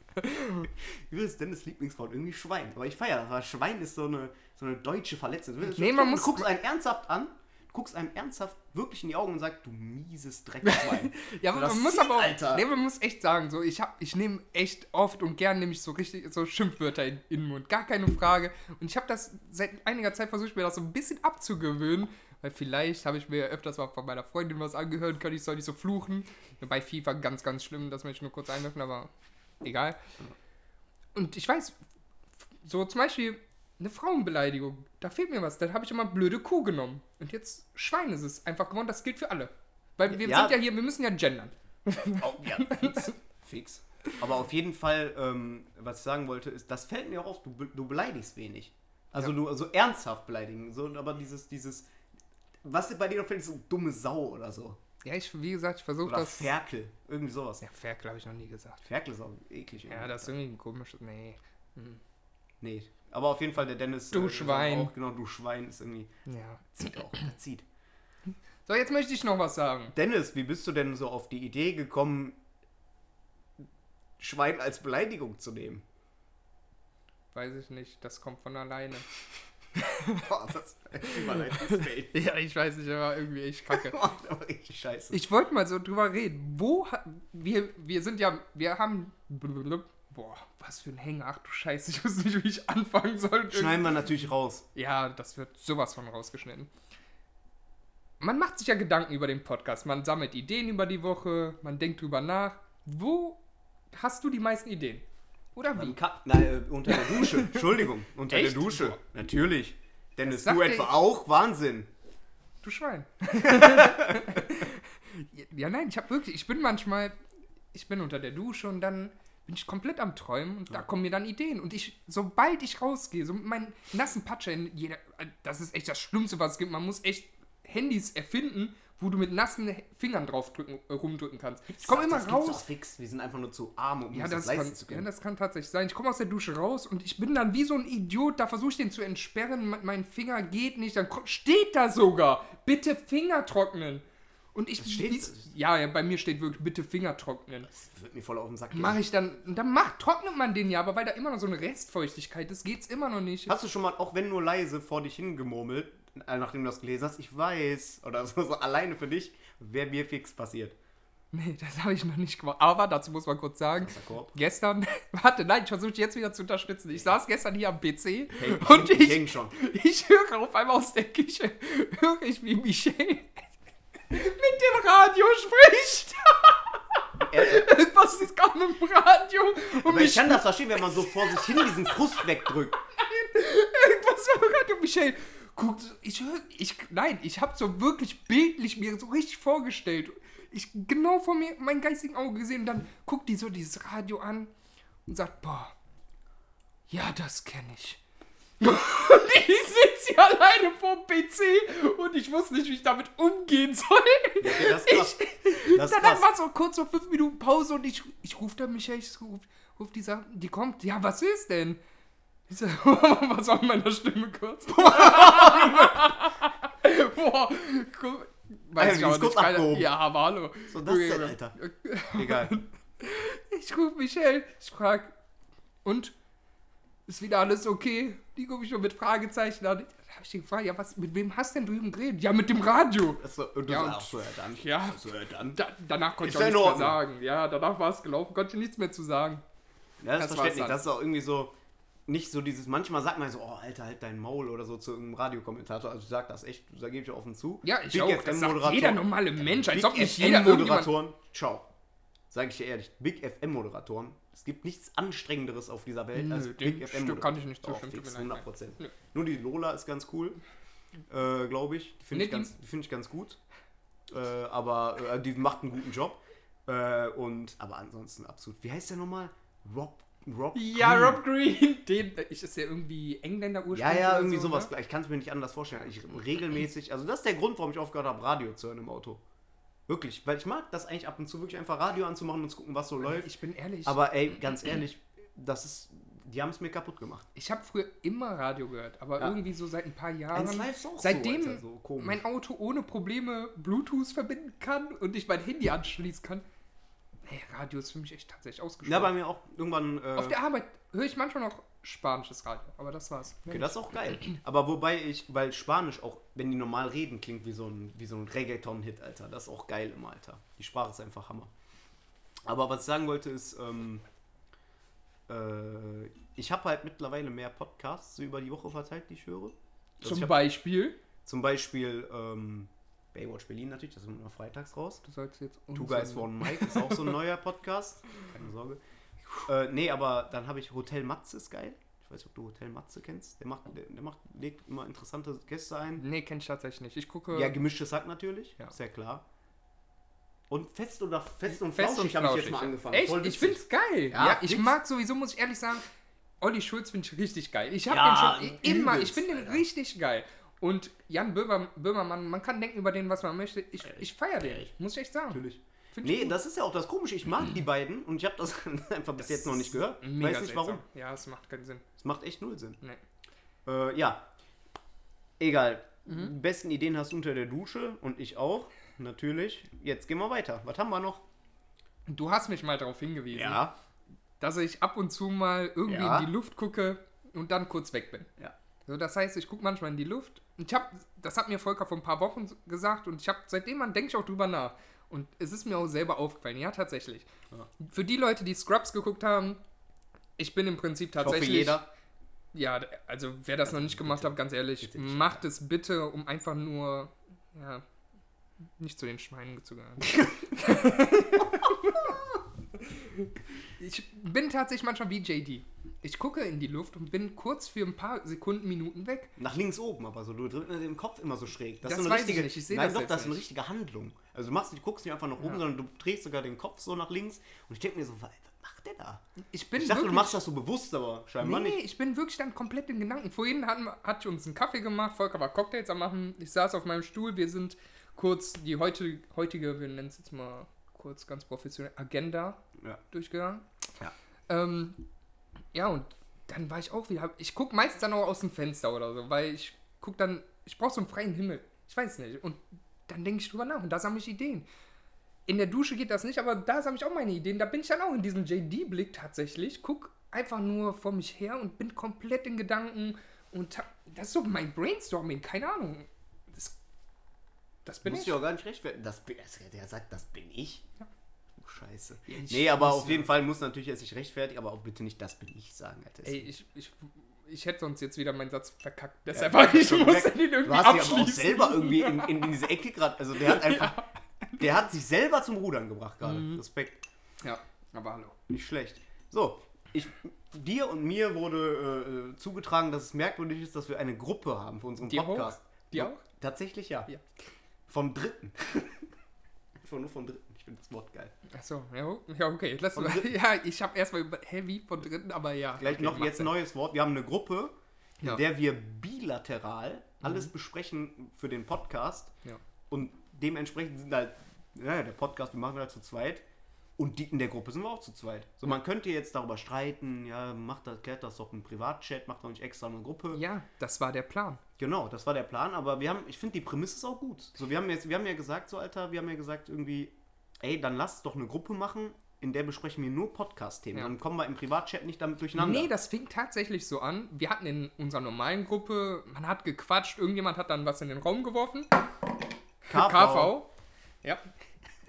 [SPEAKER 1] Übrigens, Dennis Lieblingswort irgendwie Schwein. Aber ich feiere das, weil Schwein ist so eine, so eine deutsche Verletzung. Du-
[SPEAKER 2] Nee, man muss-
[SPEAKER 1] Du guckst einen ernsthaft an, du guckst einem ernsthaft wirklich in die Augen und sagst, du mieses Dreckschwein.
[SPEAKER 2] Ja,
[SPEAKER 1] So,
[SPEAKER 2] aber
[SPEAKER 1] das
[SPEAKER 2] man muss
[SPEAKER 1] zieht,
[SPEAKER 2] aber auch,
[SPEAKER 1] Alter.
[SPEAKER 2] nee, man muss echt sagen, so ich hab, ich nehme echt oft und gern nehme ich so richtig so Schimpfwörter in, in den Mund, gar keine Frage. Und ich habe das seit einiger Zeit versucht, mir das so ein bisschen abzugewöhnen, weil vielleicht habe ich mir öfters mal von meiner Freundin was angehört, kann ich soll nicht so fluchen. Bei FIFA ganz, ganz schlimm, das möchte ich nur kurz einwerfen, aber egal. Und ich weiß, so zum Beispiel eine Frauenbeleidigung, da fehlt mir was, dann habe ich immer blöde Kuh genommen. Und jetzt Schwein ist es einfach geworden, das gilt für alle. Weil wir
[SPEAKER 1] Ja.
[SPEAKER 2] sind ja hier, wir müssen ja gendern.
[SPEAKER 1] Oh, ja, fix. fix. Aber auf jeden Fall, ähm, was ich sagen wollte, ist, das fällt mir auch auf, du, be- du beleidigst wenig. Also du also ernsthaft beleidigen. So, aber dieses, dieses, was bei dir noch fällt, ist so dumme Sau oder so.
[SPEAKER 2] Ja, ich, wie gesagt, ich versuche
[SPEAKER 1] Oder
[SPEAKER 2] das.
[SPEAKER 1] Ferkel. Irgendwie sowas.
[SPEAKER 2] Ja, Ferkel habe ich noch nie gesagt.
[SPEAKER 1] Ferkel ist auch eklig. irgendwie.
[SPEAKER 2] Ja, das ist irgendwie ein komisches. Nee.
[SPEAKER 1] Nee. Aber auf jeden Fall der Dennis.
[SPEAKER 2] Du
[SPEAKER 1] ist
[SPEAKER 2] Schwein.
[SPEAKER 1] Auch, genau, du Schwein ist irgendwie.
[SPEAKER 2] Ja.
[SPEAKER 1] Zieht auch. das zieht.
[SPEAKER 2] So, jetzt möchte ich noch was sagen.
[SPEAKER 1] Dennis, wie bist du denn so auf die Idee gekommen, Schwein als Beleidigung zu nehmen?
[SPEAKER 2] Weiß ich nicht, das kommt von alleine.
[SPEAKER 1] Boah, das Überleitungsfeld.
[SPEAKER 2] Ja, ich weiß nicht, aber irgendwie echt kacke.
[SPEAKER 1] Boah, das war richtig scheiße.
[SPEAKER 2] Ich wollte mal so drüber reden. Wo ha wir, wir sind ja, wir haben. Boah, was für ein Hänger. Ach du Scheiße, ich wusste nicht, wie ich anfangen sollte.
[SPEAKER 1] Schneiden wir natürlich raus.
[SPEAKER 2] Ja, das wird sowas von rausgeschnitten. Man macht sich ja Gedanken über den Podcast. Man sammelt Ideen über die Woche. Man denkt drüber nach. Wo hast du die meisten Ideen? Oder wie?
[SPEAKER 1] Beim Ka Nein, äh, unter der Dusche. Entschuldigung, unter
[SPEAKER 2] Echt?
[SPEAKER 1] der Dusche. Natürlich. Dennis,
[SPEAKER 2] sagt
[SPEAKER 1] du
[SPEAKER 2] er-
[SPEAKER 1] etwa auch? Wahnsinn.
[SPEAKER 2] Du Schwein. ja, nein, ich habe wirklich, ich bin manchmal, ich bin unter der Dusche und dann bin ich komplett am Träumen und da kommen mir dann Ideen. Und ich, sobald ich rausgehe, so mit meinen nassen Patsche in jeder, das ist echt das Schlimmste, was es gibt. Man muss echt Handys erfinden, wo du mit nassen Fingern draufdrücken, äh, rumdrücken kannst. Ich komme
[SPEAKER 1] Sag,
[SPEAKER 2] immer
[SPEAKER 1] das gibt's
[SPEAKER 2] raus.
[SPEAKER 1] Doch fix. Wir sind einfach nur zu arm, um
[SPEAKER 2] Ja
[SPEAKER 1] uns das,
[SPEAKER 2] das,
[SPEAKER 1] leisten
[SPEAKER 2] kann,
[SPEAKER 1] zu
[SPEAKER 2] ja,
[SPEAKER 1] können.
[SPEAKER 2] das kann tatsächlich sein. Ich komme aus der Dusche raus und ich bin dann wie so ein Idiot, da versuche ich den zu entsperren, me- mein Finger geht nicht, dann ko- steht da sogar, bitte Finger trocknen. Und ich,
[SPEAKER 1] steht-
[SPEAKER 2] wie- ja, ja, bei mir steht wirklich, bitte Finger trocknen.
[SPEAKER 1] Das wird mir voll auf den Sack gehen.
[SPEAKER 2] Mache ich dann, und dann macht, trocknet man den ja, aber weil da immer noch so eine Restfeuchtigkeit ist, geht's immer noch nicht.
[SPEAKER 1] Hast du schon mal, auch wenn nur leise, vor dich hingemurmelt, äh, nachdem du das gelesen hast, ich weiß, oder so, so alleine für dich, wäre mir fix passiert.
[SPEAKER 2] Nee, das habe ich noch nicht gemacht. Aber dazu muss man kurz sagen,
[SPEAKER 1] D'accord.
[SPEAKER 2] gestern, warte, nein, ich versuche jetzt wieder zu unterstützen. Ich saß gestern hier am PC
[SPEAKER 1] Hey,
[SPEAKER 2] und
[SPEAKER 1] ich
[SPEAKER 2] ich,
[SPEAKER 1] häng schon.
[SPEAKER 2] Ich höre auf einmal aus der Küche, höre ich, wie Michel mit dem Radio spricht.
[SPEAKER 1] Äh,
[SPEAKER 2] Was ist gerade mit dem Radio? Und
[SPEAKER 1] Aber ich
[SPEAKER 2] Michel,
[SPEAKER 1] kann das verstehen, wenn man so vor sich hin diesen Frust wegdrückt.
[SPEAKER 2] irgendwas war gerade und Michel guckt, so- ich höre, ich, nein, ich habe so wirklich bildlich mir so richtig vorgestellt. Ich genau vor mir, mein geistigen Auge gesehen und dann guckt die so dieses Radio an und sagt, boah, ja, das kenne ich. Und ich sitze hier alleine vor dem PC und ich wusste nicht, wie ich damit umgehen soll.
[SPEAKER 1] Okay, das ist krass. Das ist
[SPEAKER 2] Danach
[SPEAKER 1] krass.
[SPEAKER 2] war so kurz so fünf Minuten Pause und ich, ich rufe da Michael, ich ruf, ruf die Sache, die kommt. Ja, was ist denn? Ich so, was war mit meiner Stimme kurz? Boah, guck,
[SPEAKER 1] Alter,
[SPEAKER 2] weiß
[SPEAKER 1] die
[SPEAKER 2] ich auch
[SPEAKER 1] ist kurz
[SPEAKER 2] nicht. Keine,
[SPEAKER 1] abgehoben.
[SPEAKER 2] ja, aber hallo.
[SPEAKER 1] So, das
[SPEAKER 2] Junge,
[SPEAKER 1] denn,
[SPEAKER 2] Junge.
[SPEAKER 1] Alter? Egal.
[SPEAKER 2] Ich rufe Michel, ich frage, und? ist wieder alles okay? Die gucke ich nur mit Fragezeichen an. Da habe ich die gefragt, ja, was, mit wem hast denn drüben geredet? Ja, mit dem Radio.
[SPEAKER 1] Also, und du
[SPEAKER 2] Ja,
[SPEAKER 1] sagst, ach so, ja dann.
[SPEAKER 2] ja.
[SPEAKER 1] Ach so, ja dann.
[SPEAKER 2] Da, danach konnte
[SPEAKER 1] Ist
[SPEAKER 2] ich auch
[SPEAKER 1] ja in
[SPEAKER 2] nichts mehr
[SPEAKER 1] Ordnung.
[SPEAKER 2] sagen. Ja, danach war es gelaufen, konnte ich nichts mehr zu sagen.
[SPEAKER 1] Ja,
[SPEAKER 2] Das
[SPEAKER 1] das,
[SPEAKER 2] war's
[SPEAKER 1] versteht nicht.
[SPEAKER 2] dann.
[SPEAKER 1] Das ist auch irgendwie so, nicht so dieses, manchmal sagt man so, oh, Alter, halt dein Maul oder so zu irgendeinem Radiokommentator. Also ich sag das echt, da gebe ich offen zu.
[SPEAKER 2] Ja, ich
[SPEAKER 1] Big
[SPEAKER 2] auch.
[SPEAKER 1] FM
[SPEAKER 2] Das sagt
[SPEAKER 1] Moderator-
[SPEAKER 2] jeder normale Mensch, als
[SPEAKER 1] Big
[SPEAKER 2] ob nicht jeder irgendjemand...
[SPEAKER 1] FM-Moderatoren, ciao. Sag ich dir ehrlich, Big FM-Moderatoren, es gibt nichts Anstrengenderes auf dieser Welt
[SPEAKER 2] Nö,
[SPEAKER 1] als
[SPEAKER 2] dem
[SPEAKER 1] Big
[SPEAKER 2] Stück
[SPEAKER 1] FM-Moderatoren.
[SPEAKER 2] kann ich nicht zustimmen, tut mir leid, nein.
[SPEAKER 1] 100 Prozent.
[SPEAKER 2] Nö.
[SPEAKER 1] Nur die Lola ist ganz cool, äh, glaube ich. Die
[SPEAKER 2] Nee,
[SPEAKER 1] finde ich,
[SPEAKER 2] die-
[SPEAKER 1] ganz- die finde ich ganz gut. Äh, aber äh, die macht einen guten Job. Äh, und, aber ansonsten absolut. Wie heißt der nochmal? Rob. Rob
[SPEAKER 2] Ja,
[SPEAKER 1] Green.
[SPEAKER 2] Rob Green. Den, ich ist ja irgendwie Engländer
[SPEAKER 1] Ja,
[SPEAKER 2] ursprünglich.
[SPEAKER 1] ja,
[SPEAKER 2] oder
[SPEAKER 1] irgendwie
[SPEAKER 2] so,
[SPEAKER 1] sowas.
[SPEAKER 2] Ne?
[SPEAKER 1] Ich kann es mir nicht anders vorstellen. Ich regelmäßig, also das ist der Grund, warum ich aufgehört habe, Radio zu hören im Auto. Wirklich, weil ich mag das eigentlich ab und zu wirklich einfach Radio anzumachen und zu gucken, was so läuft.
[SPEAKER 2] Ich bin ehrlich.
[SPEAKER 1] Aber ey, ganz ehrlich, das ist, die haben es mir kaputt gemacht.
[SPEAKER 2] ich habe früher immer Radio gehört, aber
[SPEAKER 1] Ja.
[SPEAKER 2] irgendwie so seit ein paar Jahren.
[SPEAKER 1] Eins Live ist auch so,
[SPEAKER 2] seitdem
[SPEAKER 1] Alter, so komisch.
[SPEAKER 2] mein Auto ohne Probleme Bluetooth verbinden kann und ich mein Handy anschließen kann. Nee, Radio ist für mich echt tatsächlich
[SPEAKER 1] Ja, bei
[SPEAKER 2] ausgestorben.
[SPEAKER 1] mir auch irgendwann. Äh,
[SPEAKER 2] Auf der Arbeit höre ich manchmal noch spanisches Radio, aber das war's.
[SPEAKER 1] okay, das ist auch geil. Aber wobei ich, weil Spanisch auch, wenn die normal reden, klingt wie so ein, wie so ein Reggaeton-Hit, Alter. Das ist auch geil im Alter. Die Sprache ist einfach Hammer. Aber was ich sagen wollte ist, ähm, äh, ich habe halt mittlerweile mehr Podcasts so über die Woche verteilt, die ich höre. Also ich
[SPEAKER 2] Zum
[SPEAKER 1] hab
[SPEAKER 2] Beispiel,
[SPEAKER 1] zum Beispiel ähm, Baywatch Berlin natürlich, das kommt immer freitags raus.
[SPEAKER 2] du sollst jetzt
[SPEAKER 1] Two
[SPEAKER 2] unseren-
[SPEAKER 1] Guys One Mike ist auch so ein neuer Podcast. Keine Sorge. Äh, nee, aber dann habe ich Hotel Matze ist geil. Ich weiß nicht, ob du Hotel Matze kennst. Der macht, der, der macht, legt immer interessante Gäste ein.
[SPEAKER 2] Nee, kenn ich tatsächlich nicht. Ich gucke.
[SPEAKER 1] Ja, gemischtes Hack natürlich,
[SPEAKER 2] Ja.
[SPEAKER 1] ist ja klar. Und fest oder fest und
[SPEAKER 2] Fest
[SPEAKER 1] fest
[SPEAKER 2] und
[SPEAKER 1] flauschig habe ich jetzt
[SPEAKER 2] Flauschig.
[SPEAKER 1] mal angefangen.
[SPEAKER 2] Echt?
[SPEAKER 1] Voll
[SPEAKER 2] ich
[SPEAKER 1] witzig.
[SPEAKER 2] find's geil.
[SPEAKER 1] Ja,
[SPEAKER 2] Ja, ich
[SPEAKER 1] fix.
[SPEAKER 2] mag sowieso, muss ich eollich sagen, Olli Schulz finde ich richtig geil. Ich habe
[SPEAKER 1] Ja,
[SPEAKER 2] den schon immer, ich
[SPEAKER 1] übelst,
[SPEAKER 2] finde den
[SPEAKER 1] Alter.
[SPEAKER 2] richtig geil. Und Jan Böhmer, Böhmermann, man kann denken über den, was man möchte. Ich, ich feiere den,
[SPEAKER 1] Ehrlich.
[SPEAKER 2] muss ich echt sagen.
[SPEAKER 1] Natürlich.
[SPEAKER 2] Find ich
[SPEAKER 1] Nee, das ist ja auch das Komische. Ich mag die beiden und ich habe das einfach bis jetzt noch nicht gehört.
[SPEAKER 2] Mega
[SPEAKER 1] Weiß nicht
[SPEAKER 2] seltsam.
[SPEAKER 1] warum.
[SPEAKER 2] Ja, es macht keinen Sinn.
[SPEAKER 1] Es macht echt null Sinn.
[SPEAKER 2] Nee.
[SPEAKER 1] Äh, ja. Egal.
[SPEAKER 2] Mhm.
[SPEAKER 1] Die besten Ideen hast du unter der Dusche und ich auch. Natürlich. Jetzt gehen wir weiter. Was haben wir noch?
[SPEAKER 2] Du hast mich mal darauf hingewiesen, dass ich ab und zu mal irgendwie
[SPEAKER 1] Ja.
[SPEAKER 2] in die Luft gucke und dann kurz weg bin.
[SPEAKER 1] Ja.
[SPEAKER 2] So, das heißt, ich gucke manchmal in die Luft. Und ich hab, das hat mir Volker vor ein paar Wochen s- gesagt und ich habe seitdem an denke ich auch drüber nach. Und es ist mir auch selber aufgefallen. Ja, tatsächlich.
[SPEAKER 1] Ja.
[SPEAKER 2] Für die Leute, die Scrubs geguckt haben, ich bin im Prinzip
[SPEAKER 1] Ich hoffe,
[SPEAKER 2] tatsächlich.
[SPEAKER 1] jeder.
[SPEAKER 2] Ja, d- also wer das noch nicht gemacht hat, ganz ehrlich,
[SPEAKER 1] Bitte nicht.
[SPEAKER 2] macht es bitte, um einfach nur ja, nicht zu den Schweinen zu gehören. ich bin tatsächlich manchmal wie JD. Ich gucke in die Luft und bin kurz für ein paar Sekunden, Minuten weg.
[SPEAKER 1] Nach links oben, aber so. Du drückst mit dem Kopf immer so schräg.
[SPEAKER 2] Das
[SPEAKER 1] ist so
[SPEAKER 2] weiß ich nicht, ich seh
[SPEAKER 1] Nein,
[SPEAKER 2] das
[SPEAKER 1] doch,
[SPEAKER 2] jetzt
[SPEAKER 1] das ist eine
[SPEAKER 2] nicht.
[SPEAKER 1] richtige Handlung. Also du machst, du guckst nicht einfach nach oben,
[SPEAKER 2] Ja.
[SPEAKER 1] sondern du drehst sogar den Kopf so nach links und ich denke mir so, was macht der da?
[SPEAKER 2] Ich bin
[SPEAKER 1] ich dachte, du
[SPEAKER 2] wirklich,
[SPEAKER 1] machst das so bewusst, aber
[SPEAKER 2] nee,
[SPEAKER 1] scheinbar
[SPEAKER 2] nee,
[SPEAKER 1] nicht.
[SPEAKER 2] ich bin wirklich dann komplett in Gedanken. Vorhin hatten, wir- hatte ich uns einen Kaffee gemacht, Volker war Cocktails am machen, ich saß auf meinem Stuhl, wir sind kurz die heute, heutige, wir nennen es jetzt mal kurz ganz professionell, Agenda
[SPEAKER 1] Ja.
[SPEAKER 2] durchgegangen.
[SPEAKER 1] Ja.
[SPEAKER 2] Ähm, ja, und dann war ich auch wieder. Ich gucke meistens dann auch aus dem Fenster oder so, weil ich gucke dann. Ich brauche so einen freien Himmel. Ich weiß nicht. Und dann denke ich drüber nach und da sammle ich Ideen. In der Dusche geht das nicht, aber da sammle ich auch meine Ideen. Da bin ich dann auch in diesem JD-Blick tatsächlich. Guck einfach nur vor mich her und bin komplett in Gedanken. Und hab- das ist so mein Brainstorming. Keine Ahnung. Das, das bin
[SPEAKER 1] Muss
[SPEAKER 2] ich.
[SPEAKER 1] ich auch gar nicht recht werden. Das bin, das- der sagt, das bin ich.
[SPEAKER 2] Ja.
[SPEAKER 1] Oh, Scheiße.
[SPEAKER 2] ich
[SPEAKER 1] nee, aber
[SPEAKER 2] muss
[SPEAKER 1] auf
[SPEAKER 2] ja-
[SPEAKER 1] jeden Fall muss natürlich er sich rechtfertigen, aber auch bitte nicht, das bin ich sagen. Alter.
[SPEAKER 2] Ey, ich, ich, ich hätte sonst jetzt wieder meinen Satz verkackt. Deshalb
[SPEAKER 1] Ja,
[SPEAKER 2] war ich,
[SPEAKER 1] schon
[SPEAKER 2] muss
[SPEAKER 1] gemerkt.
[SPEAKER 2] den irgendwie
[SPEAKER 1] Du hast dich aber auch
[SPEAKER 2] abschließen.
[SPEAKER 1] selber irgendwie in, in, in diese Ecke gerade. Also der hat einfach. Der hat sich selber zum Rudern gebracht gerade.
[SPEAKER 2] Mhm.
[SPEAKER 1] Respekt.
[SPEAKER 2] Ja, aber hallo.
[SPEAKER 1] Nicht schlecht. So, ich, dir und mir wurde äh, zugetragen, dass es merkwürdig ist, dass wir eine Gruppe haben für unseren
[SPEAKER 2] Dir auch?
[SPEAKER 1] Podcast.
[SPEAKER 2] Dir
[SPEAKER 1] Ja,
[SPEAKER 2] auch?
[SPEAKER 1] Tatsächlich ja.
[SPEAKER 2] Ja.
[SPEAKER 1] Vom Dritten. Einfach nur vom Dritten. Ich finde das Wort geil.
[SPEAKER 2] Achso, ja, o- ja, okay. Lass
[SPEAKER 1] Von
[SPEAKER 2] mal.
[SPEAKER 1] dritten.
[SPEAKER 2] Ja, ich habe erstmal über Heavy von dritten, aber ja.
[SPEAKER 1] Gleich
[SPEAKER 2] okay,
[SPEAKER 1] noch
[SPEAKER 2] macht
[SPEAKER 1] jetzt ein
[SPEAKER 2] Sinn.
[SPEAKER 1] neues Wort. Wir haben eine Gruppe, in
[SPEAKER 2] Ja. Mhm.
[SPEAKER 1] der wir bilateral alles besprechen für den Podcast.
[SPEAKER 2] Ja.
[SPEAKER 1] Und dementsprechend sind halt, naja, der Podcast, wir machen halt zu zweit. Und die, in der Gruppe sind wir auch zu zweit. So, man könnte jetzt darüber streiten, ja, macht das, klärt das doch im Privatchat, macht doch nicht extra eine Gruppe.
[SPEAKER 2] ja, das war der Plan.
[SPEAKER 1] Genau, das war der Plan, aber wir haben, ich finde die Prämisse ist auch gut. So, wir haben jetzt, wir haben ja gesagt, so Alter, wir haben ja gesagt irgendwie, ey, dann lass doch eine Gruppe machen in der besprechen wir nur Podcast-Themen.
[SPEAKER 2] Ja.
[SPEAKER 1] Dann kommen wir im Privatchat nicht damit durcheinander.
[SPEAKER 2] Nee, das fing tatsächlich so an. Wir hatten in unserer normalen Gruppe, man hat gequatscht, irgendjemand hat dann was in den Raum geworfen.
[SPEAKER 1] KV.
[SPEAKER 2] KV. Ja.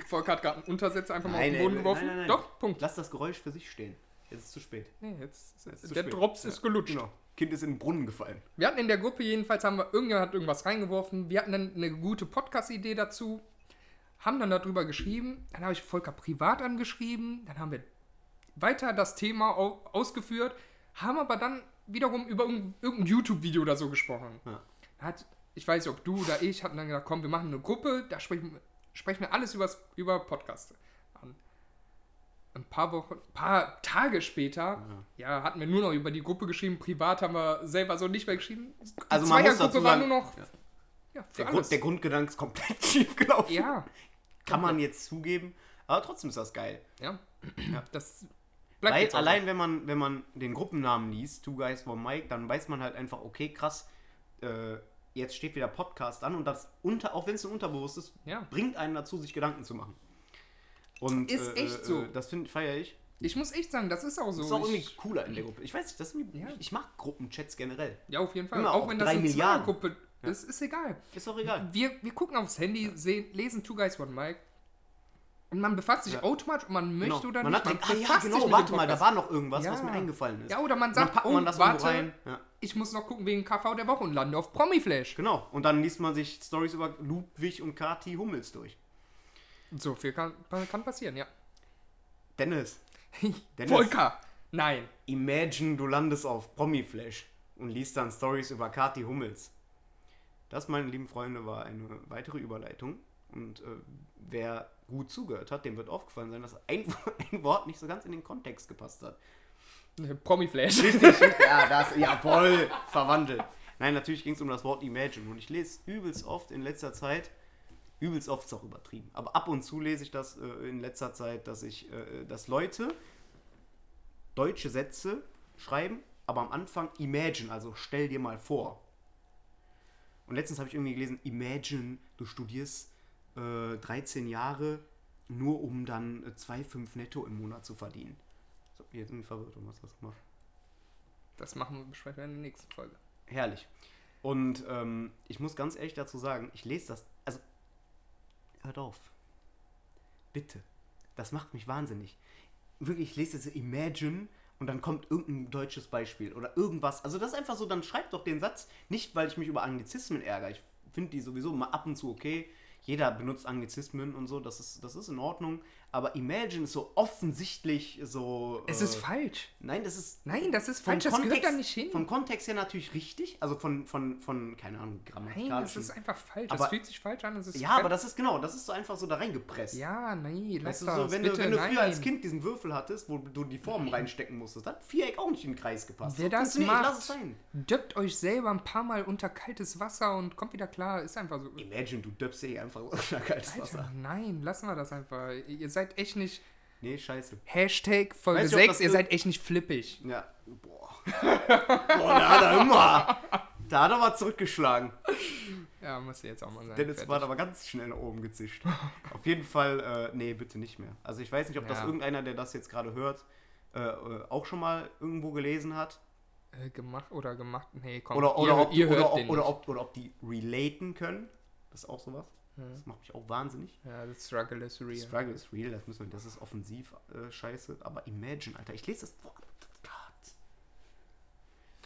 [SPEAKER 2] Volker hat gerade einen Untersitz einfach mal
[SPEAKER 1] Nein,
[SPEAKER 2] auf
[SPEAKER 1] ey,
[SPEAKER 2] den Boden
[SPEAKER 1] nein,
[SPEAKER 2] geworfen.
[SPEAKER 1] nein, nein.
[SPEAKER 2] Doch, Punkt.
[SPEAKER 1] Lass das Geräusch für sich stehen. Jetzt ist es zu spät.
[SPEAKER 2] Nee, jetzt,
[SPEAKER 1] ist zu
[SPEAKER 2] der
[SPEAKER 1] spät.
[SPEAKER 2] Drops ist gelutscht.
[SPEAKER 1] Genau. Kind ist in den Brunnen gefallen.
[SPEAKER 2] Wir hatten in der Gruppe jedenfalls, haben wir, irgendjemand hat irgendwas reingeworfen. Wir hatten dann eine gute Podcast-Idee dazu, haben dann darüber geschrieben. Dann habe ich Volker privat angeschrieben. Dann haben wir weiter das Thema au ausgeführt, haben aber dann wiederum über irgendein, irgendein YouTube-Video oder so gesprochen.
[SPEAKER 1] Ja.
[SPEAKER 2] Hat, ich weiß nicht, ob du oder ich hatten dann gedacht, komm, wir machen eine Gruppe, da sprechen, sprechen wir alles übers, über Podcasts an. Ein paar Wochen, ein paar Tage später, ja. hatten wir nur noch über die Gruppe geschrieben, privat haben wir selber so nicht mehr geschrieben. Die
[SPEAKER 1] Also man muss dazu
[SPEAKER 2] Zweiergruppe war
[SPEAKER 1] sagen-
[SPEAKER 2] nur noch ja. für
[SPEAKER 1] Der,
[SPEAKER 2] alles.
[SPEAKER 1] Grund, der Grundgedanke ist komplett schief gelaufen.
[SPEAKER 2] ja,
[SPEAKER 1] Kann man jetzt zugeben. Aber trotzdem ist das geil.
[SPEAKER 2] ja. Das bleibt
[SPEAKER 1] Weil,
[SPEAKER 2] jetzt auch so.
[SPEAKER 1] allein wenn man, wenn man den Gruppennamen liest, Two Guys One Mike, dann weiß man halt einfach, okay, krass, äh, jetzt steht wieder Podcast an und das unter, auch wenn es ein Unterbewusst ist,
[SPEAKER 2] Ja.
[SPEAKER 1] bringt einen dazu, sich Gedanken zu machen. Und,
[SPEAKER 2] Ist
[SPEAKER 1] äh,
[SPEAKER 2] echt
[SPEAKER 1] äh,
[SPEAKER 2] so.
[SPEAKER 1] äh, Das finde feiere ich.
[SPEAKER 2] Ich muss echt sagen, das ist auch so.
[SPEAKER 1] Ist auch irgendwie
[SPEAKER 2] ich,
[SPEAKER 1] cooler in der Gruppe. Ich weiß nicht, das ist irgendwie,
[SPEAKER 2] Ja.
[SPEAKER 1] ich mag Gruppenchats generell.
[SPEAKER 2] ja, auf jeden Fall.
[SPEAKER 1] Immer
[SPEAKER 2] auch
[SPEAKER 1] auf
[SPEAKER 2] wenn das
[SPEAKER 1] drei
[SPEAKER 2] eine
[SPEAKER 1] Milliarden.
[SPEAKER 2] Zweiergruppe ist, ist egal.
[SPEAKER 1] Ist doch egal.
[SPEAKER 2] Wir, wir gucken aufs Handy, sehen, lesen Two Guys One Mike. Und man befasst sich
[SPEAKER 1] Ja.
[SPEAKER 2] automatisch, ob man möchte
[SPEAKER 1] Genau.
[SPEAKER 2] oder
[SPEAKER 1] man
[SPEAKER 2] nicht.
[SPEAKER 1] Hat denkt, ah ja,
[SPEAKER 2] befasst sich
[SPEAKER 1] genau,
[SPEAKER 2] mit
[SPEAKER 1] warte
[SPEAKER 2] dem
[SPEAKER 1] mal, da
[SPEAKER 2] Podcast.
[SPEAKER 1] war noch irgendwas, was
[SPEAKER 2] Ja.
[SPEAKER 1] mir eingefallen ist.
[SPEAKER 2] Ja, oder man
[SPEAKER 1] Und dann
[SPEAKER 2] sagt,
[SPEAKER 1] packt
[SPEAKER 2] oh,
[SPEAKER 1] man das irgendwo
[SPEAKER 2] warte,
[SPEAKER 1] rein. Ja.
[SPEAKER 2] ich muss noch gucken wegen KV der Woche und lande auf Promiflash.
[SPEAKER 1] Genau. Und dann liest man sich Stories über Ludwig und Kati Hummels durch.
[SPEAKER 2] So viel kann, kann passieren, ja.
[SPEAKER 1] Dennis, Dennis.
[SPEAKER 2] Volker! Nein.
[SPEAKER 1] imagine, du landest auf Promiflash und liest dann Stories über Kati Hummels. Das, meine lieben Freunde, war eine weitere Überleitung. Und äh, wer gut zugehört hat, dem wird aufgefallen sein, dass ein, ein Wort nicht so ganz in den Kontext gepasst hat.
[SPEAKER 2] Promiflash.
[SPEAKER 1] ja, das, jawohl, verwandelt. Nein, natürlich ging es um das Wort Imagine und ich lese übelst oft in letzter Zeit, übelst oft ist auch übertrieben, aber ab und zu lese ich das äh, in letzter Zeit, dass ich, äh, dass Leute deutsche Sätze schreiben, aber am Anfang Imagine, also stell dir mal vor. Und letztens habe ich irgendwie gelesen, Imagine, du studierst äh, 13 Jahre, nur um dann äh, 2,5 netto im Monat zu verdienen. Das hat mich jetzt irgendwie verwirrt, um was das gemacht.
[SPEAKER 2] Das machen wir, besprechen wir in der nächsten Folge.
[SPEAKER 1] Herrlich. Und ähm, ich muss ganz ehrlich dazu sagen, ich lese das. Also, hört auf. Bitte. Das macht mich wahnsinnig. Wirklich, ich lese diese Imagine und dann kommt irgendein deutsches Beispiel oder irgendwas. Also, das ist einfach so, dann schreibt doch den Satz. Nicht, weil ich mich über Anglizismen ärgere. Ich finde die sowieso mal ab und zu okay. Jeder benutzt Anglizismen und so, das ist, das ist in Ordnung. Aber Imagine ist so offensichtlich so.
[SPEAKER 2] Es
[SPEAKER 1] äh,
[SPEAKER 2] ist falsch.
[SPEAKER 1] Nein, das ist
[SPEAKER 2] Nein, das ist
[SPEAKER 1] vom
[SPEAKER 2] falsch. Das gehört da nicht hin.
[SPEAKER 1] Vom Kontext her natürlich richtig, also von, von, von keine Ahnung,
[SPEAKER 2] Nein,
[SPEAKER 1] grammatikalischen.
[SPEAKER 2] das ist einfach falsch. das
[SPEAKER 1] Aber-
[SPEAKER 2] fühlt sich falsch an. Das ist
[SPEAKER 1] ja, aber das ist genau, das ist so einfach so da reingepresst.
[SPEAKER 2] Ja, nee, lass
[SPEAKER 1] weißt du,
[SPEAKER 2] das.
[SPEAKER 1] so, wenn,
[SPEAKER 2] bitte,
[SPEAKER 1] du, wenn du
[SPEAKER 2] nein.
[SPEAKER 1] früher als Kind diesen Würfel hattest, wo du die Formen reinstecken musstest, hat Viereck auch nicht in den Kreis gepasst.
[SPEAKER 2] Wer
[SPEAKER 1] So
[SPEAKER 2] das
[SPEAKER 1] funktioniert-
[SPEAKER 2] macht,
[SPEAKER 1] lass es sein.
[SPEAKER 2] döppt euch selber ein paar Mal unter kaltes Wasser und kommt wieder klar. Ist einfach so.
[SPEAKER 1] Imagine, du döpst dich einfach unter kaltes
[SPEAKER 2] Alter,
[SPEAKER 1] Wasser.
[SPEAKER 2] nein, lassen wir das einfach. Ihr seid echt nicht.
[SPEAKER 1] Nee, scheiße.
[SPEAKER 2] Hashtag Folge
[SPEAKER 1] Weißt du, ob
[SPEAKER 2] 6,
[SPEAKER 1] das
[SPEAKER 2] ihr
[SPEAKER 1] ir-
[SPEAKER 2] seid echt nicht flippig.
[SPEAKER 1] Ja, boah. boah, da hat er immer. Da hat er mal zurückgeschlagen.
[SPEAKER 2] Ja, muss jetzt auch mal sein.
[SPEAKER 1] Dennis
[SPEAKER 2] Fertig.
[SPEAKER 1] war aber ganz schnell nach oben gezischt. Auf jeden Fall, äh, nee, bitte nicht mehr. Also ich weiß nicht, ob das
[SPEAKER 2] Ja.
[SPEAKER 1] irgendeiner, der das jetzt gerade hört, äh, äh, auch schon mal irgendwo gelesen hat.
[SPEAKER 2] Äh, gemacht oder gemacht. Nee, komm.
[SPEAKER 1] Oder, oder,
[SPEAKER 2] ihr,
[SPEAKER 1] ob,
[SPEAKER 2] ihr hört
[SPEAKER 1] oder, ob,
[SPEAKER 2] den
[SPEAKER 1] oder,
[SPEAKER 2] nicht.
[SPEAKER 1] ob, oder ob die relaten können. Das ist auch sowas. Das macht mich auch wahnsinnig.
[SPEAKER 2] Hm. Ja, the struggle is real.
[SPEAKER 1] Struggle is real, das, müssen wir, das ist offensiv äh, scheiße. Aber imagine, Alter, ich lese das. Boah, Gott.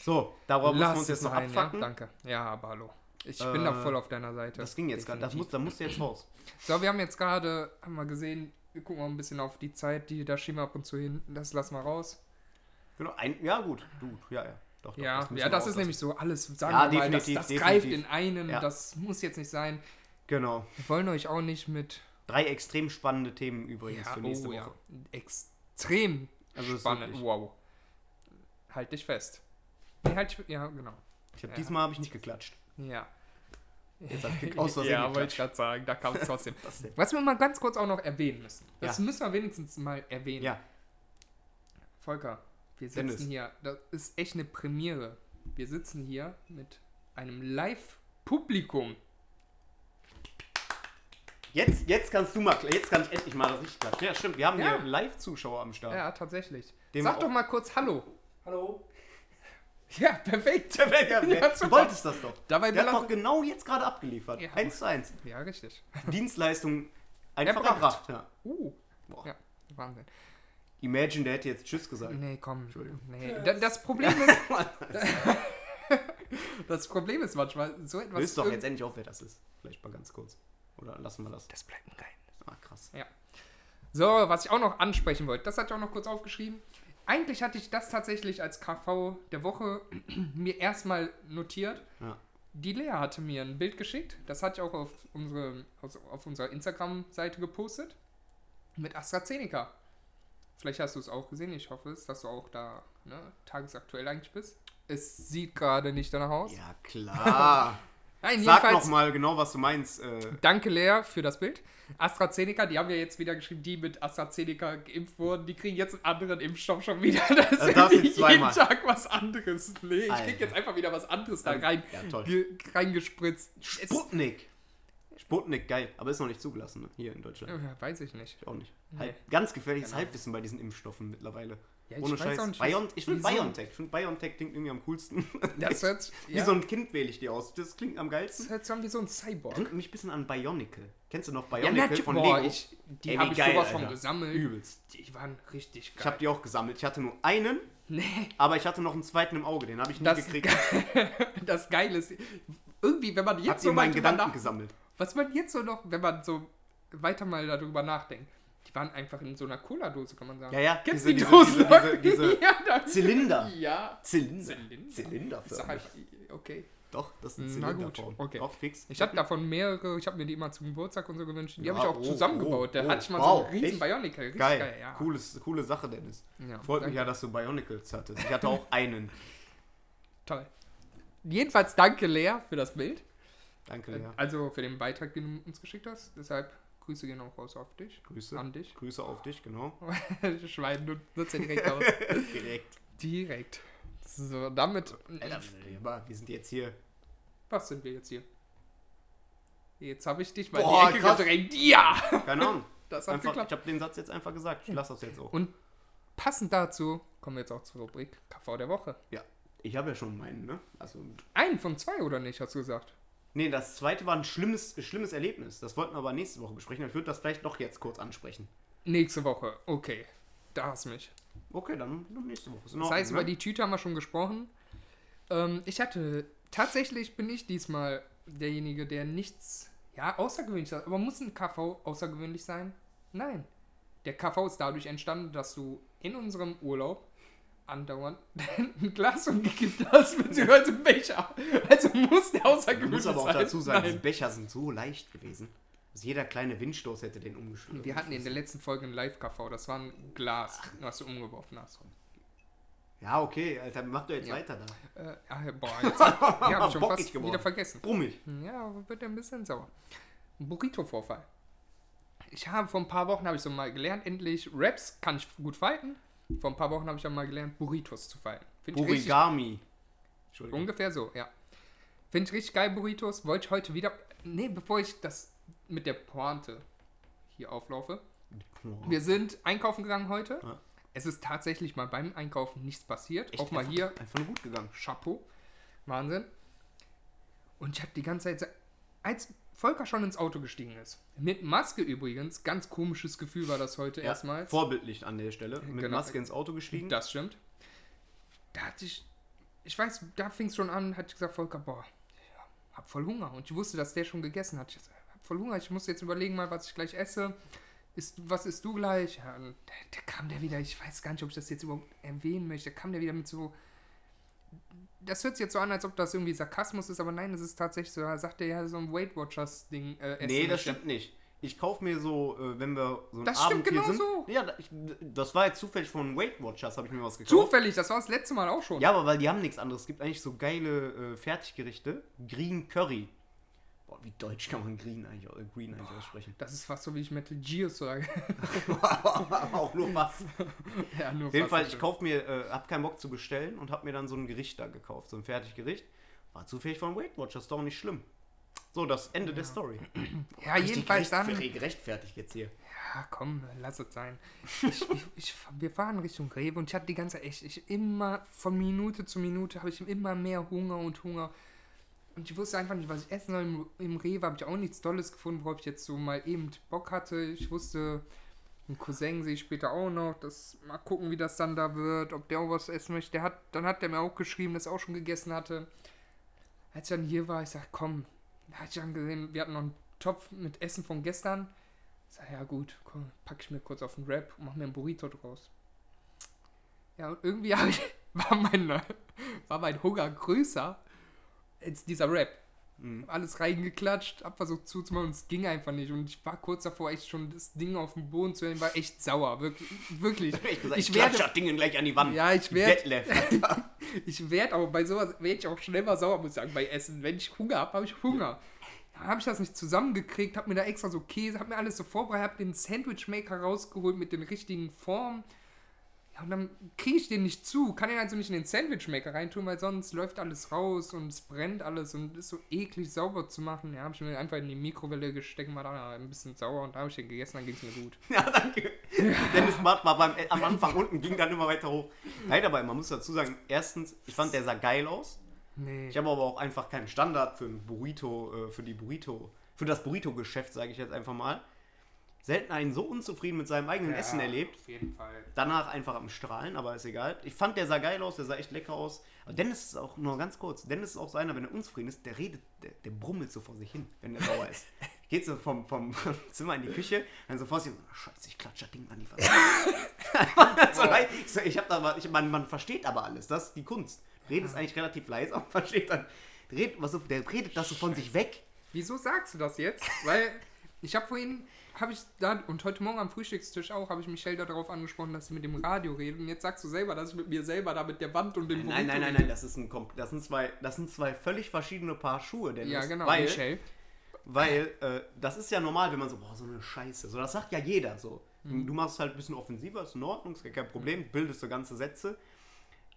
[SPEAKER 1] So, darüber müssen wir uns jetzt noch
[SPEAKER 2] rein, ja?
[SPEAKER 1] abfacken.
[SPEAKER 2] Danke. Ja, aber hallo. Ich bin da
[SPEAKER 1] Äh,
[SPEAKER 2] voll auf deiner Seite.
[SPEAKER 1] das ging jetzt gerade, das muss,
[SPEAKER 2] Definitiv.
[SPEAKER 1] da musst du jetzt raus.
[SPEAKER 2] So, wir haben jetzt gerade, haben wir gesehen, wir gucken mal ein bisschen auf die Zeit, die da schieben wir ab und zu hin. Das lassen wir raus.
[SPEAKER 1] Genau, ein, ja gut, du, ja, ja. Doch, doch,
[SPEAKER 2] ja,
[SPEAKER 1] müssen
[SPEAKER 2] ja,
[SPEAKER 1] wir
[SPEAKER 2] das
[SPEAKER 1] raus
[SPEAKER 2] ist
[SPEAKER 1] lassen.
[SPEAKER 2] nämlich so alles, sagen
[SPEAKER 1] Ja,
[SPEAKER 2] wir mal, das,
[SPEAKER 1] definitiv,
[SPEAKER 2] das
[SPEAKER 1] definitiv.
[SPEAKER 2] greift in einen,
[SPEAKER 1] Ja.
[SPEAKER 2] das muss jetzt nicht sein.
[SPEAKER 1] Genau.
[SPEAKER 2] Wir wollen euch auch nicht mit oh
[SPEAKER 1] Drei extrem spannende Themen übrigens für nächste Woche.
[SPEAKER 2] Extrem
[SPEAKER 1] Also es ist
[SPEAKER 2] spannend.
[SPEAKER 1] wirklich-
[SPEAKER 2] Wow. Halt dich fest. Nee, halt dich, ja, genau.
[SPEAKER 1] Ich hab,
[SPEAKER 2] Ja.
[SPEAKER 1] Diesmal habe ich nicht geklatscht.
[SPEAKER 2] Ja.
[SPEAKER 1] Jetzt hab ich aus Versehen
[SPEAKER 2] ja, wollte ich
[SPEAKER 1] geklatscht.
[SPEAKER 2] gerade sagen, da kam es trotzdem.
[SPEAKER 1] Das denn?
[SPEAKER 2] Was wir mal ganz kurz auch noch erwähnen müssen. Das
[SPEAKER 1] Ja.
[SPEAKER 2] müssen wir wenigstens mal erwähnen.
[SPEAKER 1] Ja,
[SPEAKER 2] Volker, wir sitzen
[SPEAKER 1] Dennis.
[SPEAKER 2] hier, das ist echt eine Premiere. Wir sitzen hier mit einem Live-Publikum.
[SPEAKER 1] Jetzt, jetzt kannst du mal, jetzt kann ich endlich mal richtig klatschen. Ja, stimmt, wir haben
[SPEAKER 2] Ja.
[SPEAKER 1] hier Live-Zuschauer am Start.
[SPEAKER 2] Ja, tatsächlich.
[SPEAKER 1] Dem
[SPEAKER 2] Sag
[SPEAKER 1] auch-
[SPEAKER 2] doch mal kurz Hallo.
[SPEAKER 3] Hallo?
[SPEAKER 2] Ja, perfekt. Ja,
[SPEAKER 1] Ja, du
[SPEAKER 2] super.
[SPEAKER 1] wolltest das doch.
[SPEAKER 2] Dabei
[SPEAKER 1] Der hat
[SPEAKER 2] belassen-
[SPEAKER 1] doch genau jetzt gerade abgeliefert.
[SPEAKER 2] Ja.
[SPEAKER 1] Eins zu eins.
[SPEAKER 2] Ja, richtig.
[SPEAKER 1] Dienstleistung einfach
[SPEAKER 2] Erbracht.
[SPEAKER 1] erbracht. Ja.
[SPEAKER 2] Uh.
[SPEAKER 1] Boah.
[SPEAKER 2] Ja, Wahnsinn.
[SPEAKER 1] Imagine, der hätte jetzt Tschüss gesagt.
[SPEAKER 2] Nee, komm.
[SPEAKER 1] Entschuldigung.
[SPEAKER 2] Nee. Da, das Problem ist. das Problem ist manchmal so etwas.
[SPEAKER 1] Willst doch
[SPEAKER 2] irgend-
[SPEAKER 1] jetzt endlich auf, wer das ist. Vielleicht mal ganz kurz. Oder lassen wir das.
[SPEAKER 2] Das bleibt ein Geheimnis.
[SPEAKER 1] Ah, krass.
[SPEAKER 2] So, was ich auch noch ansprechen wollte, das hatte ich auch noch kurz aufgeschrieben. Eigentlich hatte ich das tatsächlich als KV der Woche mir erstmal notiert.
[SPEAKER 1] Ja.
[SPEAKER 2] Die Lea hatte mir ein Bild geschickt, das hatte ich auch auf, unsere, aus- auf unserer Instagram-Seite gepostet, mit AstraZeneca. Vielleicht hast du es auch gesehen, ich hoffe es, dass du auch da ne, tagesaktuell eigentlich bist. Es sieht gerade nicht danach aus.
[SPEAKER 1] Ja, klar.
[SPEAKER 2] Nein,
[SPEAKER 1] Sag nochmal genau, was du meinst. Äh,
[SPEAKER 2] Danke, Lea, für das Bild. AstraZeneca, die haben ja jetzt wieder geschrieben, die mit AstraZeneca geimpft wurden, die kriegen jetzt einen anderen Impfstoff schon wieder. Das
[SPEAKER 1] Also darfst du
[SPEAKER 2] jeden
[SPEAKER 1] jetzt zweimal.
[SPEAKER 2] Tag was anderes. Nee, ich krieg
[SPEAKER 1] Alter.
[SPEAKER 2] jetzt einfach wieder was anderes da rein,
[SPEAKER 1] Ja, toll.
[SPEAKER 2] ge, reingespritzt. Es-
[SPEAKER 1] Sputnik. Sputnik, geil. Aber ist noch nicht zugelassen ne? hier in Deutschland.
[SPEAKER 2] Äh, Weiß ich nicht.
[SPEAKER 1] Auch nicht. Halb, ganz gefährliches Halbwissen bei diesen Impfstoffen mittlerweile.
[SPEAKER 2] Genau. Ja, ich
[SPEAKER 1] Ohne
[SPEAKER 2] weiß
[SPEAKER 1] Scheiß.
[SPEAKER 2] auch nicht, was-
[SPEAKER 1] Bion ich finde
[SPEAKER 2] wieso?
[SPEAKER 1] Biontech. Ich finde Biontech klingt irgendwie am coolsten.
[SPEAKER 2] Das hört, sich-
[SPEAKER 1] Wie
[SPEAKER 2] ja,
[SPEAKER 1] so ein Kind wähle ich dir aus. Das klingt am
[SPEAKER 2] das
[SPEAKER 1] geilsten.
[SPEAKER 2] hört sich an wie so ein Cyborg.
[SPEAKER 1] Erinnert mich ein bisschen an Bionicle. Kennst du noch
[SPEAKER 2] Ja,
[SPEAKER 1] Bionicle
[SPEAKER 2] natürlich.
[SPEAKER 1] von
[SPEAKER 2] Boah,
[SPEAKER 1] Lego?
[SPEAKER 2] ich, die
[SPEAKER 1] Ey, wie
[SPEAKER 2] habe ich
[SPEAKER 1] geil,
[SPEAKER 2] sowas von
[SPEAKER 1] Alter.
[SPEAKER 2] gesammelt.
[SPEAKER 1] Übelst.
[SPEAKER 2] Die waren richtig
[SPEAKER 1] Ich habe
[SPEAKER 2] geil.
[SPEAKER 1] die auch gesammelt. Ich hatte nur einen,
[SPEAKER 2] nee.
[SPEAKER 1] aber ich hatte noch einen zweiten im Auge. Den habe ich nie
[SPEAKER 2] Das,
[SPEAKER 1] gekriegt.
[SPEAKER 2] das Geile ist, irgendwie, wenn man jetzt
[SPEAKER 1] Hab
[SPEAKER 2] so
[SPEAKER 1] in
[SPEAKER 2] mal
[SPEAKER 1] meinen
[SPEAKER 2] drüber
[SPEAKER 1] Gedanken
[SPEAKER 2] nach-
[SPEAKER 1] gesammelt.
[SPEAKER 2] Was man jetzt so noch, wenn man so weiter mal darüber nachdenkt, die waren einfach in so einer Cola-Dose, kann man sagen.
[SPEAKER 1] Ja, ja,
[SPEAKER 2] Gibt's
[SPEAKER 1] diese-
[SPEAKER 2] die
[SPEAKER 1] diese-
[SPEAKER 2] Dose?
[SPEAKER 1] diese-
[SPEAKER 2] noch?
[SPEAKER 1] diese- diese
[SPEAKER 2] ja, da-
[SPEAKER 1] Zylinder.
[SPEAKER 2] Ja.
[SPEAKER 1] Zylinder.
[SPEAKER 2] Zylinder?
[SPEAKER 1] Zylinder.
[SPEAKER 2] Ich sag einfach, okay.
[SPEAKER 1] Doch, das ist ein
[SPEAKER 2] Hm, Na
[SPEAKER 1] Zylinder.
[SPEAKER 2] gut, okay.
[SPEAKER 1] Doch, fix.
[SPEAKER 2] Ich hatte davon mehrere, ich habe mir die immer zum Geburtstag und so gewünscht. Die
[SPEAKER 1] Ja,
[SPEAKER 2] habe ich auch
[SPEAKER 1] oh,
[SPEAKER 2] zusammengebaut. Da
[SPEAKER 1] oh,
[SPEAKER 2] hatte ich mal so
[SPEAKER 1] wow,
[SPEAKER 2] einen riesen
[SPEAKER 1] echt?
[SPEAKER 2] Bionicle. Richtig
[SPEAKER 1] Geil,
[SPEAKER 2] geil. ja.
[SPEAKER 1] Cooles, coole Sache, Dennis.
[SPEAKER 2] Ja,
[SPEAKER 1] Freut
[SPEAKER 2] danke.
[SPEAKER 1] mich ja, dass du Bionicles hattest. Ich hatte auch einen.
[SPEAKER 2] Toll. Jedenfalls danke, Lea, für das Bild.
[SPEAKER 1] Danke, Lea.
[SPEAKER 2] Also für den Beitrag, den du uns geschickt hast. Deshalb Grüße gehen auch raus auf dich.
[SPEAKER 1] Grüße.
[SPEAKER 2] An dich.
[SPEAKER 1] Grüße auf dich, genau.
[SPEAKER 2] Schwein, du nutzt ja direkt aus.
[SPEAKER 1] Direkt.
[SPEAKER 2] Direkt. So, damit.
[SPEAKER 1] Alter, aber wir sind jetzt hier.
[SPEAKER 2] Was sind wir jetzt hier? Jetzt habe ich dich mal in
[SPEAKER 1] Boah,
[SPEAKER 2] die Ecke
[SPEAKER 1] krass.
[SPEAKER 2] gedrängt. Ja!
[SPEAKER 1] Keine Ahnung.
[SPEAKER 2] Das hat
[SPEAKER 1] Einfach, ich
[SPEAKER 2] geklappt.
[SPEAKER 1] habe den Satz jetzt einfach gesagt. Ich lasse das jetzt auch.
[SPEAKER 2] Und passend dazu kommen wir jetzt auch zur Rubrik KV der Woche.
[SPEAKER 1] Ja. Ich habe ja schon meinen, ne? Also,
[SPEAKER 2] Einen von zwei oder nicht, hast du gesagt?
[SPEAKER 1] nee, das zweite war ein schlimmes, schlimmes Erlebnis. Das wollten wir aber nächste Woche besprechen. Ich würde das vielleicht doch jetzt kurz ansprechen.
[SPEAKER 2] Nächste Woche. Okay. Da hast mich.
[SPEAKER 1] Okay, dann dann nächste Woche. Ist in
[SPEAKER 2] Das
[SPEAKER 1] Ordnung,
[SPEAKER 2] heißt,
[SPEAKER 1] ne?
[SPEAKER 2] über die Tüte haben wir schon gesprochen. Ähm, ich hatte. Tatsächlich bin ich diesmal derjenige, der nichts. Ja, außergewöhnlich sagt. Aber muss ein KV außergewöhnlich sein? Nein. Der KV ist dadurch entstanden, dass du in unserem Urlaub andauernd ein Glas umgekippt hast, beziehungsweise einen Becher. Also muss der
[SPEAKER 1] Man
[SPEAKER 2] außergewöhnlich
[SPEAKER 1] muss aber auch
[SPEAKER 2] sein.
[SPEAKER 1] dazu sagen, diese
[SPEAKER 2] Nein.
[SPEAKER 1] Becher sind so leicht gewesen. dass jeder kleine Windstoß hätte den umgeschlagen.
[SPEAKER 2] Wir hatten in der letzten Folge ein Live-KV. Das war ein Glas, was du umgeworfen hast.
[SPEAKER 1] Ja, okay, Alter, mach doch jetzt
[SPEAKER 2] Ja.
[SPEAKER 1] weiter da.
[SPEAKER 2] Äh, ah, boah, jetzt hab, ja, hab ich schon
[SPEAKER 1] Bockig
[SPEAKER 2] fast
[SPEAKER 1] geworden.
[SPEAKER 2] wieder vergessen.
[SPEAKER 1] Brummig.
[SPEAKER 2] Hm, Ja, wird ein bisschen sauer. Burrito-Vorfall. Ich habe vor ein paar Wochen habe ich so mal gelernt, endlich Raps kann ich gut falten. Vor ein paar Wochen habe ich dann mal gelernt, Burritos zu falten. Find ich richtig,
[SPEAKER 1] Origami. Entschuldigung.
[SPEAKER 2] ungefähr so, ja. Finde ich richtig geil, Burritos. Wollte ich heute wieder. Nee, bevor ich das mit der Pointe hier auflaufe. Wir sind einkaufen gegangen heute.
[SPEAKER 1] Ja.
[SPEAKER 2] Es ist tatsächlich mal beim Einkaufen nichts passiert.
[SPEAKER 1] Echt
[SPEAKER 2] Auch mal
[SPEAKER 1] einfach,
[SPEAKER 2] hier
[SPEAKER 1] Einfach nur gut gegangen.
[SPEAKER 2] Chapeau. Wahnsinn. Und ich habe die ganze Zeit, se- als Volker schon ins Auto gestiegen ist, mit Maske übrigens, ganz komisches Gefühl war das heute
[SPEAKER 1] Ja,
[SPEAKER 2] erstmals.
[SPEAKER 1] Vorbildlich an der Stelle. Mit
[SPEAKER 2] Genau.
[SPEAKER 1] Maske ins Auto gestiegen.
[SPEAKER 2] Das stimmt. Da hatte ich, ich weiß, da fing es schon an, hatte ich gesagt, Volker, boah, ich hab voll Hunger. Und ich wusste, dass der schon gegessen hat. Ich gesagt, hab voll Hunger, ich muss jetzt überlegen mal, was ich gleich esse. Ist, was isst du gleich? Ja, und da, da kam der wieder, ich weiß gar nicht, ob ich das jetzt überhaupt erwähnen möchte, da kam der wieder mit so, das hört sich jetzt so an, als ob das irgendwie Sarkasmus ist, aber nein, das ist tatsächlich so, da sagt er ja so ein Weight Watchers Ding. Äh, essen
[SPEAKER 1] nee, das
[SPEAKER 2] möchte.
[SPEAKER 1] stimmt nicht. Ich kaufe mir so, äh, wenn wir so einen
[SPEAKER 2] Das
[SPEAKER 1] Abend
[SPEAKER 2] stimmt
[SPEAKER 1] hier
[SPEAKER 2] genau
[SPEAKER 1] sind.
[SPEAKER 2] so.
[SPEAKER 1] Ja, da- ich, das war jetzt zufällig von Weight Watchers, habe ich mir was gekauft.
[SPEAKER 2] Zufällig, das war das letzte Mal auch schon.
[SPEAKER 1] Ja, aber weil die haben nichts anderes. Es gibt eigentlich so geile äh, Fertiggerichte. Green Curry. Boah, wie deutsch kann man Green eigentlich, äh, Green eigentlich aussprechen?
[SPEAKER 2] Das ist fast so, wie ich Metal Gears sage.
[SPEAKER 1] Auch nur was.
[SPEAKER 2] ja, nur
[SPEAKER 1] Auf jeden
[SPEAKER 2] fast
[SPEAKER 1] Fall,
[SPEAKER 2] so
[SPEAKER 1] ich
[SPEAKER 2] schlimm.
[SPEAKER 1] kauf mir, äh, hab keinen Bock zu bestellen und hab mir dann so ein Gericht da gekauft, so ein Fertiggericht. War zufällig von Weight Watchers, doch nicht schlimm. So, das Ende der Story.
[SPEAKER 2] Ja, Ah, jedenfalls dann.
[SPEAKER 1] recht- Gerechtfertigt jetzt hier.
[SPEAKER 2] Ja, komm, lass es sein. Ich, ich, ich, wir fahren Richtung Rewe und ich hatte die ganze echt, ich immer von Minute zu Minute habe ich immer mehr Hunger und Hunger. Und ich wusste einfach nicht, was ich essen soll. Im, im Rewe habe ich auch nichts Tolles gefunden, worauf ich jetzt so mal eben Bock hatte. Ich wusste, einen Cousin sehe ich später auch noch. Das, mal gucken, wie das dann da wird, ob der auch was essen möchte. Der hat, dann hat der mir auch geschrieben, dass er auch schon gegessen hatte. Als ich dann hier war, ich sag, komm, da hatte ich dann gesehen, wir hatten noch einen Topf mit Essen von gestern. Ich sag, ja gut, komm, pack ich mir kurz auf den Wrap und mach mir einen Burrito draus. Ja, und irgendwie hab ich, war, mein, war mein Hunger größer als dieser Wrap. Hab alles reingeklatscht, hab versucht zuzumachen und es ging einfach nicht. Und ich war kurz davor, echt schon das Ding auf den Boden zu hängen, war echt sauer, wirklich. wirklich.
[SPEAKER 1] Ich, gesagt, ich,
[SPEAKER 2] Ich
[SPEAKER 1] ich
[SPEAKER 2] werde-
[SPEAKER 1] klatsche das Ding gleich an die Wand.
[SPEAKER 2] Ja, ich werde
[SPEAKER 1] Detlef.
[SPEAKER 2] ich werde auch bei sowas, werde ich auch schnell mal sauer, muss ich sagen, bei Essen. Wenn ich Hunger habe, habe ich Hunger. Dann habe ich das nicht zusammengekriegt, habe mir da extra so Käse, habe mir alles so vorbereitet, habe den Sandwichmaker rausgeholt mit den richtigen Formen. Ja, und dann kriege ich den nicht zu, kann den also nicht in den Sandwichmaker reintun, weil sonst läuft alles raus und es brennt alles und ist so eklig sauber zu machen. Ja, habe ich mir einfach in die Mikrowelle gesteckt, war dann ein bisschen sauer und da habe ich den gegessen, dann ging es mir gut.
[SPEAKER 1] Ja, danke. Dennis Bart war beim, am Anfang unten, ging dann immer weiter hoch. Nein, aber man muss dazu sagen, erstens, ich fand, der sah geil aus.
[SPEAKER 2] Nee.
[SPEAKER 1] Ich habe aber auch einfach keinen Standard für ein Burrito, äh, für die Burrito, für das Burrito-Geschäft, sage ich jetzt einfach mal. Selten einen so unzufrieden mit seinem eigenen Essen erlebt.
[SPEAKER 2] Auf jeden Fall.
[SPEAKER 1] Danach einfach am Strahlen, aber ist egal. Ich fand, der sah geil aus, der sah echt lecker aus. Aber Dennis ist auch, nur ganz kurz, Dennis ist auch so einer, wenn er unzufrieden ist, der redet, der, der brummelt so vor sich hin, wenn er sauer ist. Geht so vom, vom Zimmer in die Küche, dann sofort so, oh, scheiße, ich klatsche das Ding an die Wand. so, leid. ich so, ich hab da mal, ich, man, man versteht aber alles, das ist die Kunst. Redet ist eigentlich relativ leise, aber versteht dann, redet, was, so- der redet das so von sich weg.
[SPEAKER 2] Wieso sagst du das jetzt? Weil ich habe vorhin, habe ich da und heute Morgen am Frühstückstisch auch, habe ich Michelle darauf angesprochen, dass sie mit dem Radio redet. Und jetzt sagst du selber, dass ich mit mir selber da mit der Wand und dem
[SPEAKER 1] Nein, nein,
[SPEAKER 2] Burrito
[SPEAKER 1] nein, nein, das, ist ein, kom- das, sind, zwei, das sind zwei völlig verschiedene Paar Schuhe,
[SPEAKER 2] rede.
[SPEAKER 1] Dennis.
[SPEAKER 2] Ja, genau,
[SPEAKER 1] weil,
[SPEAKER 2] Michelle.
[SPEAKER 1] Weil äh, das ist ja normal, wenn man so, boah, so eine Scheiße. So, das sagt ja jeder so.
[SPEAKER 2] Mhm.
[SPEAKER 1] Du machst es halt ein bisschen offensiver, ist in Ordnung, ist gar kein Problem, bildest so ganze Sätze.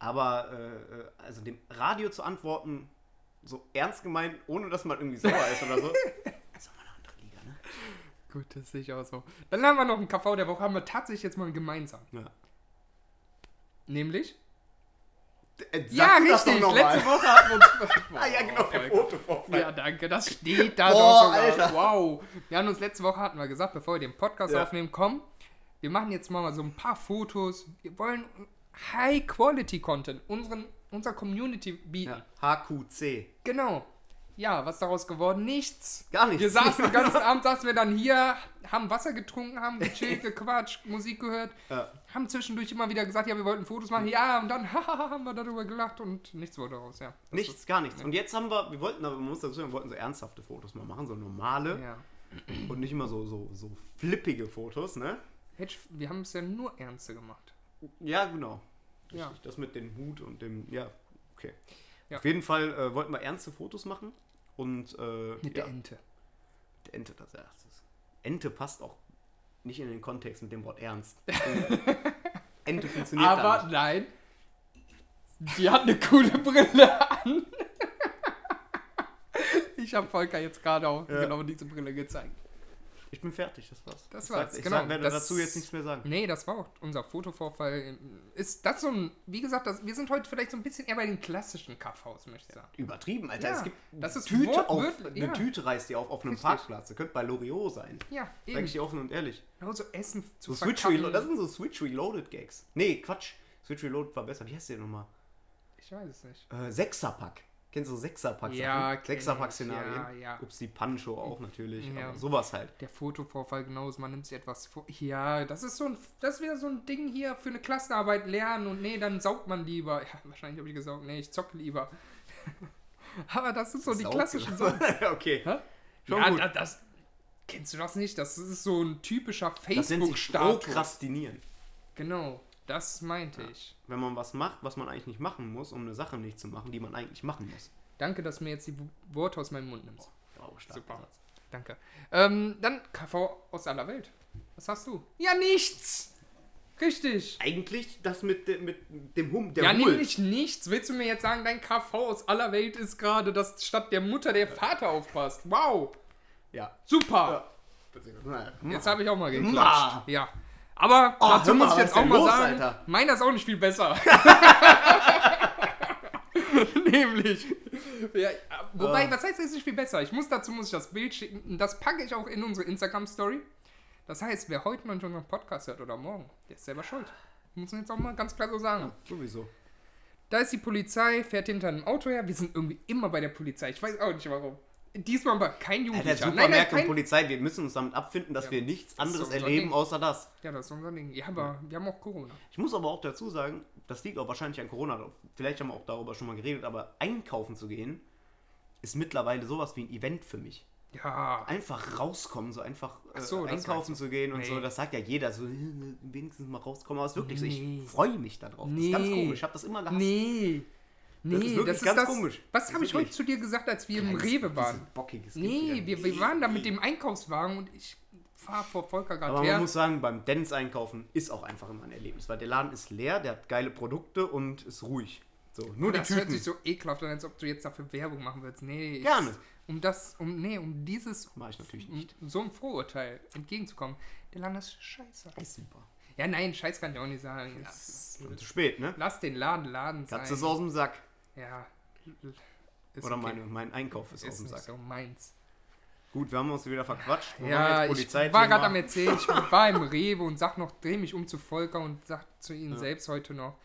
[SPEAKER 1] Aber äh, äh, also dem Radio zu antworten, so ernst gemeint, ohne dass man irgendwie sauer ist oder so, ist doch mal eine andere Liga, ne?
[SPEAKER 2] Gut, das sehe ich auch so. Dann haben wir noch einen KV der Woche, haben wir tatsächlich jetzt mal gemeinsam.
[SPEAKER 1] Ja.
[SPEAKER 2] Nämlich?
[SPEAKER 1] Äh, sag
[SPEAKER 2] ja,
[SPEAKER 1] das
[SPEAKER 2] richtig,
[SPEAKER 1] doch noch mal.
[SPEAKER 2] letzte Woche hatten wir uns...
[SPEAKER 1] Ah, ja, genau,
[SPEAKER 2] Boah,
[SPEAKER 1] der Fotovorfall.
[SPEAKER 2] Ja, danke, das steht da
[SPEAKER 1] Boah,
[SPEAKER 2] doch sogar.
[SPEAKER 1] Alter.
[SPEAKER 2] Wow. Wir haben uns letzte Woche hatten wir gesagt, bevor wir den Podcast
[SPEAKER 1] Ja.
[SPEAKER 2] aufnehmen, komm, wir machen jetzt mal so ein paar Fotos. Wir wollen High-Quality-Content unseren, unserer Community bieten.
[SPEAKER 1] Ja. HQC.
[SPEAKER 2] Genau. Ja, was daraus geworden? Nichts.
[SPEAKER 1] Gar nichts.
[SPEAKER 2] Wir saßen den ganzen Abend, saßen wir dann hier, haben Wasser getrunken, haben gechillt, gequatscht, Musik gehört,
[SPEAKER 1] Ja. Hm.
[SPEAKER 2] haben zwischendurch immer wieder gesagt, ja, wir wollten Fotos machen, ja, und dann haben wir darüber gelacht und nichts wurde daraus, ja. Das
[SPEAKER 1] Nichts, gar nichts. Und jetzt haben wir, wir wollten, aber man muss dazu sagen, wir wollten so ernsthafte Fotos mal machen, so normale
[SPEAKER 2] ist- Ja.
[SPEAKER 1] und nicht immer so, so, so flippige Fotos, ne?
[SPEAKER 2] Hätte ich- Wir haben es ja nur ernste gemacht.
[SPEAKER 1] Ja, genau.
[SPEAKER 2] Ja.
[SPEAKER 1] Richtig, Das mit dem Hut und dem. Ja, okay.
[SPEAKER 2] Ja.
[SPEAKER 1] Auf jeden Fall äh, wollten wir ernste Fotos machen. Und äh,
[SPEAKER 2] Mit
[SPEAKER 1] ja,
[SPEAKER 2] der Ente.
[SPEAKER 1] der Ente, das ja, das ist. Ente passt auch nicht in den Kontext mit dem Wort ernst. Äh, Ente funktioniert da
[SPEAKER 2] Aber
[SPEAKER 1] nicht.
[SPEAKER 2] nein, die hat eine coole Brille an. Ich habe Volker jetzt gerade auch
[SPEAKER 1] Ja.
[SPEAKER 2] genau diese Brille gezeigt.
[SPEAKER 1] Ich bin fertig, das war's.
[SPEAKER 2] Das
[SPEAKER 1] ich
[SPEAKER 2] war's,
[SPEAKER 1] Sag, ich
[SPEAKER 2] genau.
[SPEAKER 1] sag, werde
[SPEAKER 2] Das-
[SPEAKER 1] dazu jetzt nichts mehr sagen.
[SPEAKER 2] Nee, das war auch unser Fotovorfall. Ist das so ein, wie gesagt, das, wir sind heute vielleicht so ein bisschen eher bei den klassischen Kaffhaus, möchte ich sagen.
[SPEAKER 1] Übertrieben, Alter.
[SPEAKER 2] Ja,
[SPEAKER 1] es gibt
[SPEAKER 2] das ist
[SPEAKER 1] Tüte auf,
[SPEAKER 2] wortwörtlich,
[SPEAKER 1] eine
[SPEAKER 2] ja.
[SPEAKER 1] Tüte reißt ihr auf auf einem
[SPEAKER 2] Richtig.
[SPEAKER 1] Parkplatz. Ihr könnt bei Loriot sein.
[SPEAKER 2] Ja,
[SPEAKER 1] Sag
[SPEAKER 2] eben.
[SPEAKER 1] ich dir offen und ehrlich.
[SPEAKER 2] Genauso Essen zu
[SPEAKER 1] So Switch
[SPEAKER 2] verkacken.
[SPEAKER 1] Reload, das sind so Switch Reloaded Gags. Nee, Quatsch. Switch Reloaded war besser. Wie heißt der nochmal?
[SPEAKER 2] Ich weiß es nicht.
[SPEAKER 1] Äh, Sechserpack. Kennst du Sechserpack?
[SPEAKER 2] Ja, kenn
[SPEAKER 1] Sechserpack-Szenarien.
[SPEAKER 2] ich, ja, ja.
[SPEAKER 1] Ups, die Pancho auch natürlich.
[SPEAKER 2] Ja.
[SPEAKER 1] Aber sowas halt.
[SPEAKER 2] Der Fotovorfall genauso, man nimmt sich etwas vor. Ja, das ist so ein, das wäre so ein Ding hier für eine Klassenarbeit lernen und nee, dann saugt man lieber. Ja, wahrscheinlich habe ich gesaugt, nee, ich zocke lieber. Aber das sind so Oh, die
[SPEAKER 1] Sau-
[SPEAKER 2] klassischen Sachen.
[SPEAKER 1] okay.
[SPEAKER 2] Hä?
[SPEAKER 1] Schon
[SPEAKER 2] ja,
[SPEAKER 1] gut.
[SPEAKER 2] da- das, kennst du das nicht? Das ist so ein typischer
[SPEAKER 1] Das nennt sich
[SPEAKER 2] Facebook-Status.
[SPEAKER 1] Prokrastinieren.
[SPEAKER 2] Genau, das meinte ich.
[SPEAKER 1] Wenn man was macht, was man eigentlich nicht machen muss, um eine Sache nicht zu machen, die man eigentlich machen muss.
[SPEAKER 2] Danke, dass du mir jetzt die W- Worte aus meinem Mund nimmst.
[SPEAKER 1] Wow, starker
[SPEAKER 2] Oh, Super.
[SPEAKER 1] Satz.
[SPEAKER 2] Danke. Ähm, dann KV aus aller Welt. Was hast du? Ja, nichts! Richtig.
[SPEAKER 1] Eigentlich das mit, de- mit dem Hum, der
[SPEAKER 2] Ja,
[SPEAKER 1] Hummel.
[SPEAKER 2] nämlich nichts. Willst du mir jetzt sagen, dein KV aus aller Welt ist gerade, dass statt der Mutter der Vater aufpasst? Wow,
[SPEAKER 1] Ja.
[SPEAKER 2] super.
[SPEAKER 1] Naja,
[SPEAKER 2] Jetzt habe ich auch mal
[SPEAKER 1] Ma.
[SPEAKER 2] geklatscht. Ja. Aber
[SPEAKER 1] Oh,
[SPEAKER 2] dazu
[SPEAKER 1] Hm.
[SPEAKER 2] muss
[SPEAKER 1] hör mal,
[SPEAKER 2] ich
[SPEAKER 1] was
[SPEAKER 2] jetzt
[SPEAKER 1] ist
[SPEAKER 2] auch
[SPEAKER 1] denn
[SPEAKER 2] mal
[SPEAKER 1] los,
[SPEAKER 2] sagen,
[SPEAKER 1] Alter?
[SPEAKER 2] meiner ist auch nicht viel besser. Nämlich. Ja, wobei,
[SPEAKER 1] Ah.
[SPEAKER 2] was heißt, er ist nicht viel besser? Ich muss dazu muss ich das Bild schicken. Das packe ich auch in unsere Instagram-Story. Das heißt, wer heute noch nicht unseren Podcast hört oder morgen, der ist selber schuld. Muss man jetzt auch mal ganz klar so sagen.
[SPEAKER 1] sowieso.
[SPEAKER 2] Da ist die Polizei, fährt hinter einem Auto her. Wir sind irgendwie immer bei der Polizei. Ich weiß auch nicht warum. Diesmal war kein
[SPEAKER 1] Alter,
[SPEAKER 2] Jugendlicher.
[SPEAKER 1] super
[SPEAKER 2] nein, nein,
[SPEAKER 1] und
[SPEAKER 2] kein...
[SPEAKER 1] Polizei, wir müssen uns damit abfinden, dass wir
[SPEAKER 2] das
[SPEAKER 1] nichts
[SPEAKER 2] ist
[SPEAKER 1] anderes
[SPEAKER 2] doch unser
[SPEAKER 1] erleben,
[SPEAKER 2] Ding.
[SPEAKER 1] außer das.
[SPEAKER 2] Ja, das ist unser Ding. Ja, aber wir haben auch Corona.
[SPEAKER 1] Ich muss aber auch dazu sagen, das liegt auch wahrscheinlich an Corona. Vielleicht haben wir auch darüber schon mal geredet, aber einkaufen zu gehen, ist mittlerweile sowas wie ein Event für mich.
[SPEAKER 2] Ja.
[SPEAKER 1] Einfach rauskommen, so einfach äh,
[SPEAKER 2] Ach so, das
[SPEAKER 1] einkaufen zu gehen und
[SPEAKER 2] Nee.
[SPEAKER 1] so, das sagt ja jeder, so äh, wenigstens mal rauskommen, aber es ist wirklich so,
[SPEAKER 2] Nee.
[SPEAKER 1] ich freue mich darauf. Das ist ganz
[SPEAKER 2] Nee.
[SPEAKER 1] komisch, ich habe das immer gehasst.
[SPEAKER 2] Nee. Nee,
[SPEAKER 1] Das ist wirklich ganz komisch.
[SPEAKER 2] Was habe
[SPEAKER 1] Wirklich.
[SPEAKER 2] ich heute zu dir gesagt, als wir im
[SPEAKER 1] Kleines,
[SPEAKER 2] Rewe waren?
[SPEAKER 1] bisschen Bockiges
[SPEAKER 2] Nee,
[SPEAKER 1] Gefühl.
[SPEAKER 2] wir, wir waren da mit dem Einkaufswagen und ich fahre vor Volker
[SPEAKER 1] Aber
[SPEAKER 2] gerade
[SPEAKER 1] man
[SPEAKER 2] her.
[SPEAKER 1] muss sagen, beim Dance einkaufen ist auch einfach immer ein Erlebnis, weil der Laden ist leer, der hat geile Produkte und ist ruhig. So, nur
[SPEAKER 2] Oh, Das
[SPEAKER 1] die
[SPEAKER 2] hört
[SPEAKER 1] Tüten.
[SPEAKER 2] sich so ekelhaft an, als ob du jetzt dafür Werbung machen würdest. Nee. ich-
[SPEAKER 1] Gerne.
[SPEAKER 2] Um das, um, nee, um dieses,
[SPEAKER 1] Mach ich natürlich
[SPEAKER 2] um
[SPEAKER 1] nicht.
[SPEAKER 2] so einem Vorurteil entgegenzukommen. Der Laden ist scheiße.
[SPEAKER 1] Ist super.
[SPEAKER 2] Ja, nein, scheiß kann ich auch nicht sagen. Es-
[SPEAKER 1] Schon zu spät, ne?
[SPEAKER 2] Lass den Laden Laden sein.
[SPEAKER 1] Katze ist aus dem Sack.
[SPEAKER 2] Ja. Ist
[SPEAKER 1] Oder
[SPEAKER 2] okay.
[SPEAKER 1] meine, mein Einkauf ist, aus
[SPEAKER 2] Ist
[SPEAKER 1] dem
[SPEAKER 2] nicht
[SPEAKER 1] Sack.
[SPEAKER 2] so meins.
[SPEAKER 1] Gut, wir haben uns wieder verquatscht. Wo waren
[SPEAKER 2] Ja,
[SPEAKER 1] wir jetzt?
[SPEAKER 2] ich
[SPEAKER 1] Polizei-
[SPEAKER 2] war gerade
[SPEAKER 1] Thema.
[SPEAKER 2] am Erzählen, ich war im Rewe und sag noch, dreh mich um zu Volker und sag zu ihnen selbst heute noch,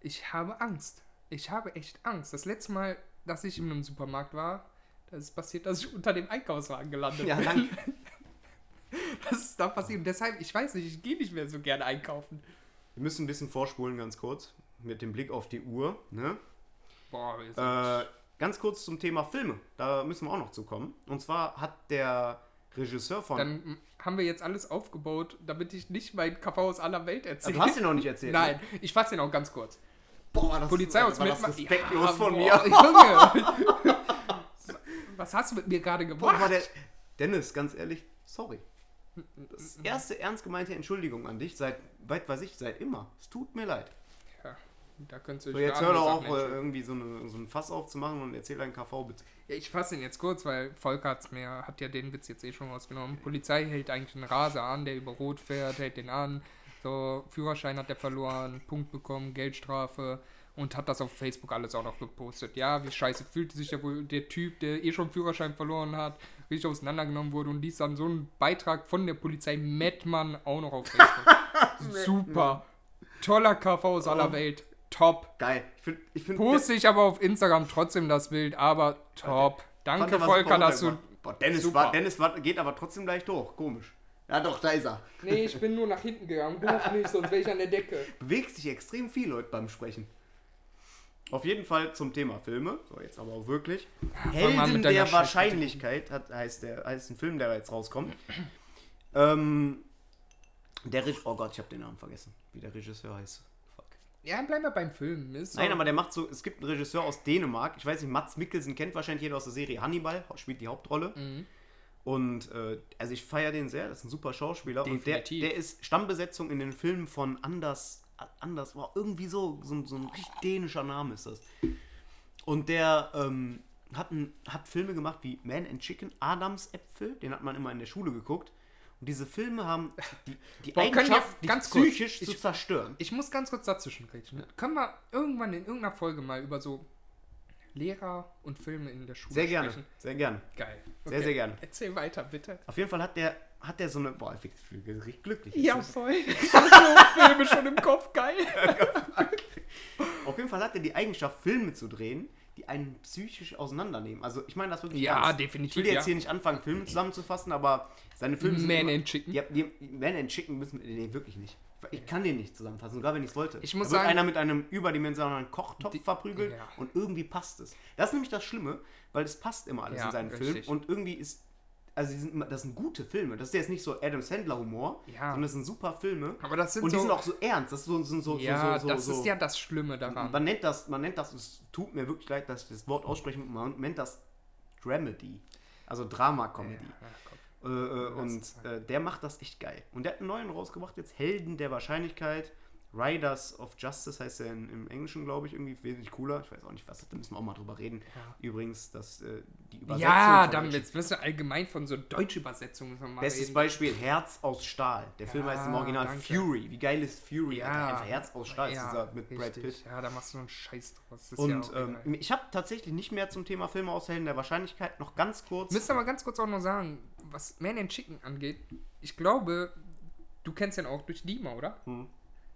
[SPEAKER 2] ich habe Angst. Ich habe echt Angst. Das letzte Mal, dass ich in einem Supermarkt war, da ist passiert, dass ich unter dem Einkaufswagen gelandet
[SPEAKER 1] Ja,
[SPEAKER 2] bin.
[SPEAKER 1] danke.
[SPEAKER 2] Das ist da passiert. Und deshalb, ich weiß nicht, ich gehe nicht mehr so gerne einkaufen.
[SPEAKER 1] Wir müssen ein bisschen vorspulen, ganz kurz. Mit dem Blick auf die Uhr. Ne?
[SPEAKER 2] Boah, wir sind-
[SPEAKER 1] Äh, ganz kurz zum Thema Filme. Da müssen wir auch noch zu kommen. Und zwar hat der Regisseur von.
[SPEAKER 2] dann m, haben wir jetzt alles aufgebaut, damit ich nicht mein KV aus aller Welt
[SPEAKER 1] Ah,
[SPEAKER 2] erzähle.
[SPEAKER 1] du hast ihn noch nicht erzählt.
[SPEAKER 2] Nein,
[SPEAKER 1] Ne?
[SPEAKER 2] ich fasse den auch ganz kurz.
[SPEAKER 1] Boah, das
[SPEAKER 2] Polizei
[SPEAKER 1] war
[SPEAKER 2] uns
[SPEAKER 1] das
[SPEAKER 2] mitmachen.
[SPEAKER 1] respektlos
[SPEAKER 2] Ja,
[SPEAKER 1] von
[SPEAKER 2] boah,
[SPEAKER 1] mir.
[SPEAKER 2] Junge. Was hast du mit mir gerade
[SPEAKER 1] Boah,
[SPEAKER 2] gemacht?
[SPEAKER 1] aber der Dennis, ganz ehrlich, sorry. Das erste ernst gemeinte Entschuldigung an dich, seit, weit weiß ich, seit immer. Es tut mir leid.
[SPEAKER 2] ja, da könntest du
[SPEAKER 1] So,
[SPEAKER 2] dich
[SPEAKER 1] jetzt
[SPEAKER 2] für
[SPEAKER 1] hör
[SPEAKER 2] andere
[SPEAKER 1] doch auch
[SPEAKER 2] Sachen
[SPEAKER 1] äh,
[SPEAKER 2] entschuldigen.
[SPEAKER 1] irgendwie so, eine, so ein Fass aufzumachen und erzähl deinen KV bitte.
[SPEAKER 2] Ja, ich fasse ihn jetzt kurz, weil Volker hat's mir, hat ja den Witz jetzt eh schon rausgenommen. Polizei hält eigentlich einen Raser an, der über Rot fährt, hält den an. So, Führerschein hat er verloren, Punkt bekommen, Geldstrafe und hat das auf Facebook alles auch noch gepostet. Ja, wie scheiße fühlte sich der, wohl- der Typ, der eh schon Führerschein verloren hat, richtig auseinandergenommen wurde und ließ dann so einen Beitrag von der Polizei Mettmann auch noch auf Facebook. Super. Toller KV aus aller Welt. Top.
[SPEAKER 1] Geil. Ich finde, ich find,
[SPEAKER 2] Poste ich aber auf Instagram trotzdem das Bild, aber top.
[SPEAKER 1] fand,
[SPEAKER 2] Danke,
[SPEAKER 1] der war super
[SPEAKER 2] Volker, dass du.
[SPEAKER 1] runtergebracht. Boah, Dennis,
[SPEAKER 2] Super.
[SPEAKER 1] war, Dennis war, geht aber trotzdem gleich durch. Komisch. Ja, doch, da ist er.
[SPEAKER 2] Nee, ich bin nur nach hinten gegangen. Hoch nicht, sonst wäre ich an der Decke.
[SPEAKER 1] Bewegt sich extrem viel, Leute, beim Sprechen. Auf jeden Fall zum Thema Filme. So, jetzt aber auch wirklich.
[SPEAKER 2] fang mal
[SPEAKER 1] Helden
[SPEAKER 2] mit deiner
[SPEAKER 1] der
[SPEAKER 2] Scheißkategorie.
[SPEAKER 1] Wahrscheinlichkeit hat, heißt, der, heißt ein Film, der jetzt rauskommt. ähm, der Reg Oh Gott, ich habe den Namen vergessen. Wie der Regisseur heißt. Fuck.
[SPEAKER 2] Ja, bleiben wir beim Film. Ist
[SPEAKER 1] Nein,
[SPEAKER 2] so-
[SPEAKER 1] aber der macht so, es gibt einen Regisseur aus Dänemark, ich weiß nicht, Mats Mikkelsen kennt wahrscheinlich jeder aus der Serie Hannibal, spielt die Hauptrolle.
[SPEAKER 2] Mhm.
[SPEAKER 1] Und äh, also ich feiere den sehr, das ist ein super Schauspieler. Und
[SPEAKER 2] Definitiv.
[SPEAKER 1] der, der ist Stammbesetzung in den Filmen von Anders, Anders, wow, irgendwie so, so, ein- so ein richtig dänischer Name ist das. Und der ähm, hat, ein, hat Filme gemacht wie Man and Chicken, Adamsäpfel, den hat man immer in der Schule geguckt. Und diese Filme haben die, die
[SPEAKER 2] Boah, können wir-
[SPEAKER 1] Eigenschaft, dich
[SPEAKER 2] ganz kurz,
[SPEAKER 1] psychisch zu
[SPEAKER 2] ich-
[SPEAKER 1] zerstören.
[SPEAKER 2] Ich muss ganz kurz dazwischen kriechen. Können wir irgendwann in irgendeiner Folge mal über so Lehrer und Filme in der Schule
[SPEAKER 1] Sehr gerne,
[SPEAKER 2] sprechen?
[SPEAKER 1] sehr gerne.
[SPEAKER 2] Geil.
[SPEAKER 1] Sehr, sehr gerne.
[SPEAKER 2] Erzähl weiter, bitte.
[SPEAKER 1] Auf jeden Fall hat der, hat der so eine. Boah, ich bin richtig glücklich. jetzt.
[SPEAKER 2] Ja, voll. Ich hab so Filme schon im Kopf, geil.
[SPEAKER 1] Auf jeden Fall hat er die Eigenschaft, Filme zu drehen, die einen psychisch auseinandernehmen. Also, ich meine das wirklich.
[SPEAKER 2] Ja,
[SPEAKER 1] ernst.
[SPEAKER 2] definitiv,
[SPEAKER 1] Ich will jetzt
[SPEAKER 2] ja.
[SPEAKER 1] hier nicht anfangen, Filme zusammenzufassen, aber seine Filme sind.
[SPEAKER 2] Man
[SPEAKER 1] immer-
[SPEAKER 2] and Chicken.
[SPEAKER 1] Ja, die, Man and Chicken müssen wir. Nee, wirklich nicht. Ich kann den nicht zusammenfassen, sogar wenn ich es wollte.
[SPEAKER 2] Ich muss
[SPEAKER 1] da wird
[SPEAKER 2] sagen-
[SPEAKER 1] einer mit einem überdimensionalen Kochtopf
[SPEAKER 2] Die-
[SPEAKER 1] verprügelt
[SPEAKER 2] ja.
[SPEAKER 1] und irgendwie passt es. Das ist nämlich das Schlimme, weil es passt immer alles
[SPEAKER 2] Ja,
[SPEAKER 1] in seinen Filmen
[SPEAKER 2] richtig.
[SPEAKER 1] und irgendwie ist. Also, die sind, immer- das sind gute Filme. Das ist jetzt nicht so Adam Sandler-Humor,
[SPEAKER 2] Ja.
[SPEAKER 1] sondern das sind super Filme.
[SPEAKER 2] Aber das sind
[SPEAKER 1] und die
[SPEAKER 2] so-
[SPEAKER 1] sind auch so ernst. Das ist so, so, so,
[SPEAKER 2] Ja,
[SPEAKER 1] so, so,
[SPEAKER 2] das
[SPEAKER 1] so,
[SPEAKER 2] ist ja das Schlimme daran.
[SPEAKER 1] man nennt das, man nennt das, es tut mir wirklich leid, dass ich das Wort aussprechen, muss, man nennt das Dramedy. Also Drama-Comedy.
[SPEAKER 2] Ja, komm.
[SPEAKER 1] Äh, äh, und äh, der macht das echt geil. Und der hat einen neuen rausgebracht, jetzt Helden der Wahrscheinlichkeit. Riders of Justice heißt er in, im Englischen, glaube ich, irgendwie wesentlich cooler. Ich weiß auch nicht, was das da müssen wir auch mal drüber reden. Übrigens, dass äh, die Übersetzung.
[SPEAKER 2] Ja,
[SPEAKER 1] von
[SPEAKER 2] dann
[SPEAKER 1] Deutsch-
[SPEAKER 2] jetzt wirst du allgemein von so deutsche Übersetzungen müssen wir mal
[SPEAKER 1] Bestes
[SPEAKER 2] reden.
[SPEAKER 1] Beispiel: Herz aus Stahl. Der Film
[SPEAKER 2] Ja,
[SPEAKER 1] heißt im Original
[SPEAKER 2] Ah, danke.
[SPEAKER 1] Fury. Wie geil ist Fury? Alter? Einfach Herz aus Stahl
[SPEAKER 2] Ja,
[SPEAKER 1] ist dieser mit Brad
[SPEAKER 2] richtig.
[SPEAKER 1] Pitt.
[SPEAKER 2] Ja, da machst du so einen Scheiß draus. Das ist ja
[SPEAKER 1] Und
[SPEAKER 2] auch
[SPEAKER 1] ähm,
[SPEAKER 2] egal.
[SPEAKER 1] ich habe tatsächlich nicht mehr zum Thema Filme aus Helden der Wahrscheinlichkeit. Noch ganz kurz.
[SPEAKER 2] Wir müssen aber ganz kurz auch noch sagen, was Man and Chicken angeht, ich glaube, du kennst den auch durch Lima, oder?
[SPEAKER 1] Hm.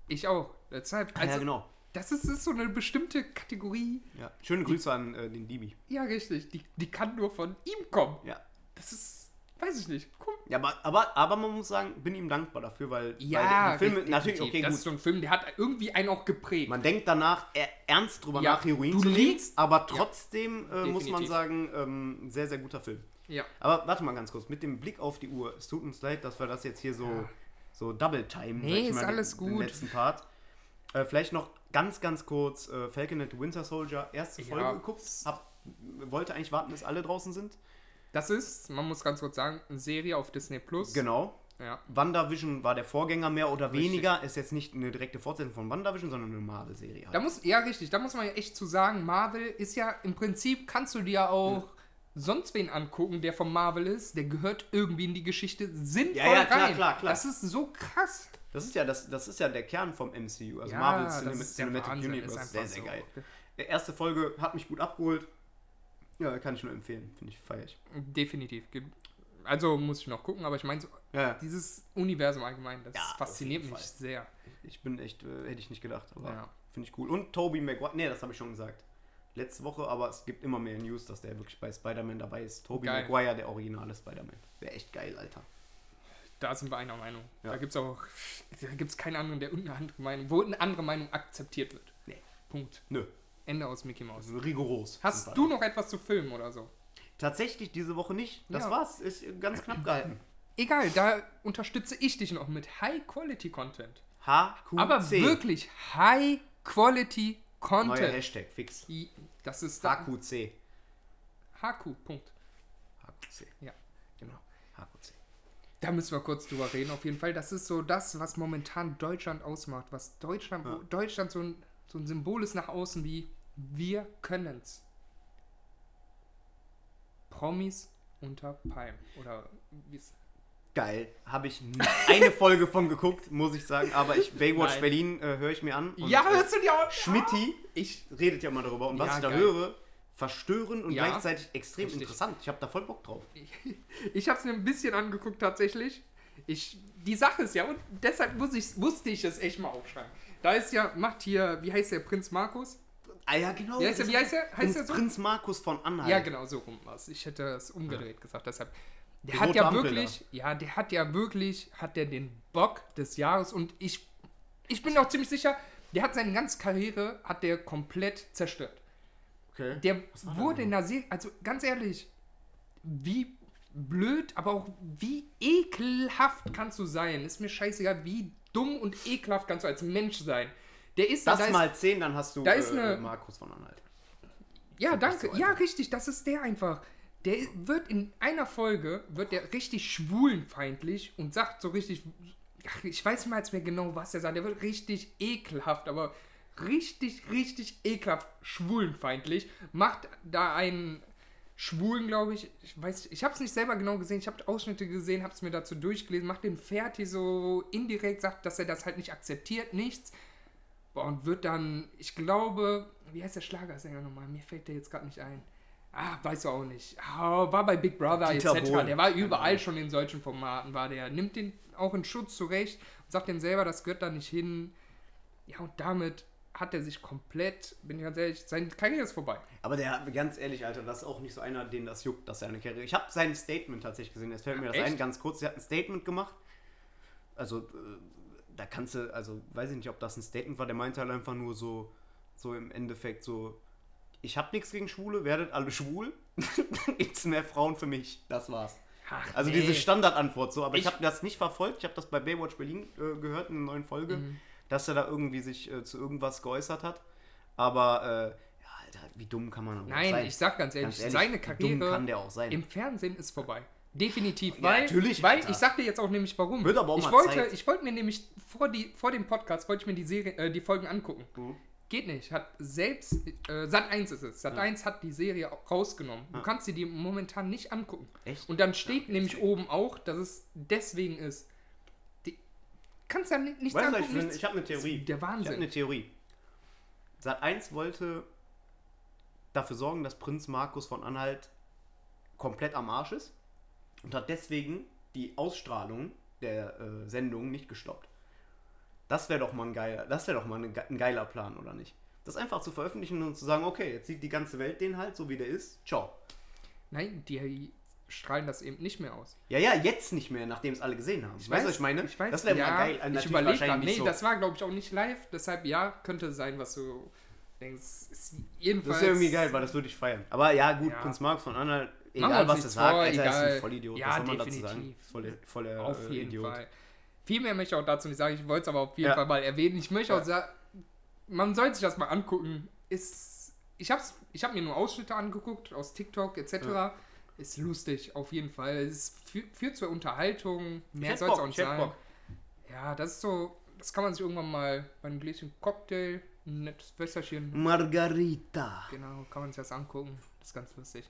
[SPEAKER 2] Ich auch. Deshalb,
[SPEAKER 1] ah,
[SPEAKER 2] also,
[SPEAKER 1] ja, genau.
[SPEAKER 2] das ist, ist so eine bestimmte Kategorie.
[SPEAKER 1] Ja. Schöne Grüße an äh, den Dibi.
[SPEAKER 2] Ja, richtig. Die, die kann nur von ihm kommen.
[SPEAKER 1] Ja.
[SPEAKER 2] Das ist, weiß ich nicht. Komm.
[SPEAKER 1] Ja, aber, aber, aber man muss sagen, bin ihm dankbar dafür, weil, weil die Filme
[SPEAKER 2] definitiv.
[SPEAKER 1] natürlich, okay,
[SPEAKER 2] das
[SPEAKER 1] gut.
[SPEAKER 2] ist so ein Film, der hat irgendwie einen auch geprägt.
[SPEAKER 1] Man denkt danach er, ernst drüber
[SPEAKER 2] Ja,
[SPEAKER 1] nach, Heroin
[SPEAKER 2] du
[SPEAKER 1] zu nehmen,
[SPEAKER 2] liegst-
[SPEAKER 1] aber trotzdem äh, muss man
[SPEAKER 2] definitiv.
[SPEAKER 1] sagen, ähm, sehr, sehr guter Film.
[SPEAKER 2] ja.
[SPEAKER 1] Aber warte mal ganz kurz, mit dem Blick auf die Uhr, es tut uns leid, dass wir das jetzt hier so, so Double Time
[SPEAKER 2] Nee, ist alles
[SPEAKER 1] den
[SPEAKER 2] gut.
[SPEAKER 1] letzten Part. Äh, vielleicht noch ganz, ganz kurz, äh, Falcon and the Winter Soldier, erste
[SPEAKER 2] Ja.
[SPEAKER 1] Folge geguckt, hab, wollte eigentlich warten, bis alle draußen sind.
[SPEAKER 2] Das ist, man muss ganz kurz sagen, eine Serie auf Disney Plus.
[SPEAKER 1] Genau.
[SPEAKER 2] Ja.
[SPEAKER 1] WandaVision war der Vorgänger mehr oder
[SPEAKER 2] Richtig.
[SPEAKER 1] weniger, ist jetzt nicht eine direkte Fortsetzung von WandaVision, sondern eine halt. Marvel-Serie.
[SPEAKER 2] Da muss, ja, richtig, da muss man ja echt zu sagen, Marvel ist ja, im Prinzip kannst du dir auch sonst wen angucken, der von Marvel ist, der gehört irgendwie in die Geschichte sinnvoll
[SPEAKER 1] Ja, ja, klar,
[SPEAKER 2] rein.
[SPEAKER 1] klar, klar.
[SPEAKER 2] Das ist so krass.
[SPEAKER 1] Das ist ja, das, das ist ja der Kern vom MCU, also
[SPEAKER 2] Ja,
[SPEAKER 1] Marvel
[SPEAKER 2] das
[SPEAKER 1] Cinema-
[SPEAKER 2] ist der
[SPEAKER 1] Cinematic
[SPEAKER 2] Wahnsinn, ist
[SPEAKER 1] Universe.
[SPEAKER 2] einfach
[SPEAKER 1] Sehr, sehr
[SPEAKER 2] so.
[SPEAKER 1] geil. Der erste Folge hat mich gut abgeholt. Ja, kann ich nur empfehlen. Finde ich, feier ich.
[SPEAKER 2] Definitiv. Ge- Also muss ich noch gucken, aber ich meine, so,
[SPEAKER 1] Ja, ja.
[SPEAKER 2] dieses Universum allgemein, das
[SPEAKER 1] Ja, auf
[SPEAKER 2] fasziniert
[SPEAKER 1] jeden
[SPEAKER 2] mich
[SPEAKER 1] Fall.
[SPEAKER 2] sehr.
[SPEAKER 1] ich bin echt, äh, hätte ich nicht gedacht, aber
[SPEAKER 2] Ja.
[SPEAKER 1] finde ich cool. Und Toby Maguire, nee, das habe ich schon gesagt. Letzte Woche, aber es gibt immer mehr News, dass der wirklich bei Spider-Man dabei ist. Toby
[SPEAKER 2] Geil.
[SPEAKER 1] Maguire, der originale Spider-Man. Wäre echt geil, Alter.
[SPEAKER 2] Da sind wir einer Meinung.
[SPEAKER 1] Ja.
[SPEAKER 2] Da gibt es auch, da gibt es keinen anderen, der eine andere Meinung, wo eine andere Meinung akzeptiert wird.
[SPEAKER 1] Nee. Mhm.
[SPEAKER 2] Punkt.
[SPEAKER 1] Nö,
[SPEAKER 2] Ende aus Mickey Mouse.
[SPEAKER 1] das ist rigoros.
[SPEAKER 2] Hast du noch etwas zu filmen oder so?
[SPEAKER 1] Tatsächlich diese Woche nicht. Das
[SPEAKER 2] Ja.
[SPEAKER 1] war's. Ist ganz knapp gehalten.
[SPEAKER 2] Egal, da unterstütze ich dich noch mit High-Quality-Content.
[SPEAKER 1] HQC.
[SPEAKER 2] Aber wirklich
[SPEAKER 1] Neuer
[SPEAKER 2] High-Quality-Content.
[SPEAKER 1] Hashtag, fix.
[SPEAKER 2] I- Das ist da.
[SPEAKER 1] HQC.
[SPEAKER 2] HQ, Punkt.
[SPEAKER 1] HQC.
[SPEAKER 2] Ja.
[SPEAKER 1] Genau. HQC.
[SPEAKER 2] Da müssen wir kurz drüber reden, auf jeden Fall. Das ist so das, was momentan Deutschland ausmacht. Was Deutschland, wo Deutschland so ein, so ein Symbol ist nach außen wie wir können's. Promis unter Palm. Oder wie es.
[SPEAKER 1] Geil. Habe ich n- eine Folge von geguckt, muss ich sagen. Aber ich Baywatch
[SPEAKER 2] Nein.
[SPEAKER 1] Berlin äh, höre ich mir an. und,
[SPEAKER 2] Ja,
[SPEAKER 1] äh,
[SPEAKER 2] hörst du dir auch?
[SPEAKER 1] Schmitty
[SPEAKER 2] Ich.
[SPEAKER 1] redet ja mal darüber. Und was
[SPEAKER 2] Ja,
[SPEAKER 1] ich da
[SPEAKER 2] geil.
[SPEAKER 1] höre, verstörend und
[SPEAKER 2] Ja.
[SPEAKER 1] gleichzeitig extrem
[SPEAKER 2] Richtig.
[SPEAKER 1] interessant. Ich habe da voll Bock drauf.
[SPEAKER 2] Ich habe es mir ein bisschen angeguckt tatsächlich. Ich, die Sache ist ja, und deshalb muss ich, musste ich es echt mal aufschreiben. Da ist ja, macht hier, wie heißt der, Prinz Markus?
[SPEAKER 1] Ah ja, genau.
[SPEAKER 2] Ja, ist er- wie heißt er? Heißt
[SPEAKER 1] Prinz,
[SPEAKER 2] er so?
[SPEAKER 1] Prinz Markus von Anhalt.
[SPEAKER 2] Ja, genau, so rum war's. Ich hätte es umgedreht gesagt, deshalb. Der
[SPEAKER 1] Die
[SPEAKER 2] hat
[SPEAKER 1] rote
[SPEAKER 2] ja
[SPEAKER 1] Ampel
[SPEAKER 2] wirklich, ja, der hat ja wirklich, hat der den Bock des Jahres und ich, ich bin auch ziemlich sicher, der hat seine ganze Karriere, hat der komplett zerstört.
[SPEAKER 1] Okay.
[SPEAKER 2] Der
[SPEAKER 1] war da
[SPEAKER 2] wurde in der Serie, also ganz ehrlich, wie blöd, aber auch wie ekelhaft kannst du sein? Ist mir scheißegal, wie dumm und ekelhaft kannst du als Mensch sein. Der ist
[SPEAKER 1] das
[SPEAKER 2] da ist-
[SPEAKER 1] mal 10, dann hast du äh,
[SPEAKER 2] da ist eine-
[SPEAKER 1] Markus von Anhalt.
[SPEAKER 2] Ja,
[SPEAKER 1] Find ich
[SPEAKER 2] danke.
[SPEAKER 1] so
[SPEAKER 2] ja,
[SPEAKER 1] einfach.
[SPEAKER 2] richtig, das ist der einfach. Der wird in einer Folge, wird der richtig schwulenfeindlich und sagt so richtig, ach, ich weiß mal jetzt mehr genau, was er sagt. Der wird richtig ekelhaft, aber richtig, richtig ekelhaft schwulenfeindlich. Macht da einen Schwulen, glaube ich. Ich weiß, ich habe es nicht selber genau gesehen. Ich habe Ausschnitte gesehen, habe es mir dazu durchgelesen. Macht den fertig so indirekt, sagt, dass er das halt nicht akzeptiert, nichts. Boah, und wird dann, ich glaube, wie heißt der Schlagersänger nochmal? Mir fällt der jetzt gerade nicht ein. Ah, weiß du auch nicht. Ah, war bei Big Brother
[SPEAKER 1] Dieter
[SPEAKER 2] etc.
[SPEAKER 1] Bohlen.
[SPEAKER 2] Der war überall schon in solchen Formaten, war der. Nimmt den auch in Schutz zurecht und sagt dem selber, das gehört da nicht hin. Ja, und damit hat er sich komplett, bin ich ganz ehrlich, seine Karriere ist vorbei.
[SPEAKER 1] Aber der, ganz ehrlich, Alter, das ist auch nicht so einer, den das juckt, dass er eine Karriere. Ich habe sein Statement tatsächlich gesehen. Jetzt fällt mir das
[SPEAKER 2] echt?
[SPEAKER 1] ein, ganz kurz. Er hat ein Statement gemacht. Also, äh, da kannst du, also, weiß ich nicht, ob das ein Statement war. Der meinte halt einfach nur so, so im Endeffekt so: Ich habe nichts gegen Schwule, werdet alle schwul. Dann gibt's mehr Frauen für mich. Das war's.
[SPEAKER 2] Ach,
[SPEAKER 1] Also,
[SPEAKER 2] nee.
[SPEAKER 1] diese Standardantwort so. Aber ich,
[SPEAKER 2] Ich-
[SPEAKER 1] habe das nicht verfolgt. Ich habe das bei Baywatch Berlin äh, gehört in der neuen Folge,
[SPEAKER 2] Mhm.
[SPEAKER 1] dass er da irgendwie sich äh, zu irgendwas geäußert hat. Aber, äh, ja, Alter, wie dumm kann man auch
[SPEAKER 2] Nein,
[SPEAKER 1] sein?
[SPEAKER 2] ich sag ganz ehrlich,
[SPEAKER 1] Ganz ehrlich,
[SPEAKER 2] seine
[SPEAKER 1] wie dumm kann
[SPEAKER 2] Karriere
[SPEAKER 1] der auch sein?
[SPEAKER 2] im Fernsehen ist vorbei. Definitiv,
[SPEAKER 1] Ja,
[SPEAKER 2] weil,
[SPEAKER 1] natürlich,
[SPEAKER 2] weil
[SPEAKER 1] Alter.
[SPEAKER 2] ich sag dir jetzt auch nämlich warum.
[SPEAKER 1] Wird aber auch
[SPEAKER 2] ich,
[SPEAKER 1] mal
[SPEAKER 2] wollte,
[SPEAKER 1] Zeit.
[SPEAKER 2] ich wollte mir nämlich vor, die, vor dem Podcast wollte ich mir die, Serie, äh, die Folgen angucken.
[SPEAKER 1] Mhm.
[SPEAKER 2] Geht nicht. Hat selbst äh, Sat 1 ist es. Sat 1 hat die Serie auch rausgenommen. Du kannst dir die momentan nicht angucken.
[SPEAKER 1] Echt?
[SPEAKER 2] Und dann steht nämlich oben auch, dass es deswegen ist. Die kannst ja ni- nichts
[SPEAKER 1] Weißt du, was ich,
[SPEAKER 2] angucken.
[SPEAKER 1] finde?
[SPEAKER 2] nichts.
[SPEAKER 1] ich habe eine Theorie.
[SPEAKER 2] Der
[SPEAKER 1] Ich habe
[SPEAKER 2] Wahnsinn.
[SPEAKER 1] eine Theorie. Sat 1 wollte dafür sorgen, dass Prinz Markus von Anhalt komplett am Arsch ist und hat deswegen die Ausstrahlung der äh, Sendung nicht gestoppt. Das wäre doch mal ein geiler, das wäre doch mal eine ge- ein geiler Plan, oder nicht? Das einfach zu veröffentlichen und zu sagen, okay, jetzt sieht die ganze Welt den halt so wie der ist. Ciao.
[SPEAKER 2] Nein, die strahlen das eben nicht mehr aus.
[SPEAKER 1] Ja, ja, jetzt nicht mehr, nachdem es alle gesehen haben. Genau. weißt du, was ich meine?
[SPEAKER 2] Ich weiß,
[SPEAKER 1] das wäre
[SPEAKER 2] ja,
[SPEAKER 1] mal geil. äh,
[SPEAKER 2] Ich
[SPEAKER 1] Natürlich
[SPEAKER 2] überlege gerade.
[SPEAKER 1] wahrscheinlich
[SPEAKER 2] Nee,
[SPEAKER 1] nicht so.
[SPEAKER 2] das war, glaube ich, auch nicht live. Deshalb, ja, könnte sein, was du denkst. Ist
[SPEAKER 1] Das
[SPEAKER 2] jedenfalls.
[SPEAKER 1] ist ja irgendwie geil, weil das würde ich feiern. Aber ja, gut,
[SPEAKER 2] Ja.
[SPEAKER 1] Prinz Marx von Anhalt,
[SPEAKER 2] Machen wir
[SPEAKER 1] egal
[SPEAKER 2] uns
[SPEAKER 1] was er
[SPEAKER 2] nichts
[SPEAKER 1] sagt,
[SPEAKER 2] vor,
[SPEAKER 1] Alter, ist
[SPEAKER 2] egal.
[SPEAKER 1] ein Vollidiot.
[SPEAKER 2] Ja,
[SPEAKER 1] was soll man
[SPEAKER 2] definitiv.
[SPEAKER 1] dazu sagen? Voll, der- voll der
[SPEAKER 2] Auf
[SPEAKER 1] äh,
[SPEAKER 2] jeden
[SPEAKER 1] Idiot.
[SPEAKER 2] Fall. Viel mehr möchte ich auch dazu nicht sagen. Ich wollte es aber auf jeden
[SPEAKER 1] Ja.
[SPEAKER 2] Fall mal erwähnen. Ich möchte
[SPEAKER 1] Ja.
[SPEAKER 2] auch sagen, man sollte sich das mal angucken. Ist, ich habe ich hab mir nur Ausschnitte angeguckt aus TikTok etc. Ist lustig, auf jeden Fall. Es fü- führt zur Unterhaltung. Mehr
[SPEAKER 1] hätt
[SPEAKER 2] soll es
[SPEAKER 1] Bock,
[SPEAKER 2] auch nicht
[SPEAKER 1] ich hätt
[SPEAKER 2] sein.
[SPEAKER 1] Bock.
[SPEAKER 2] Ja, das ist so, das kann man sich irgendwann mal bei einem Gläschen Cocktail, ein nettes Wässerchen,
[SPEAKER 1] Margarita.
[SPEAKER 2] genau, kann man sich das angucken. Das ist ganz lustig.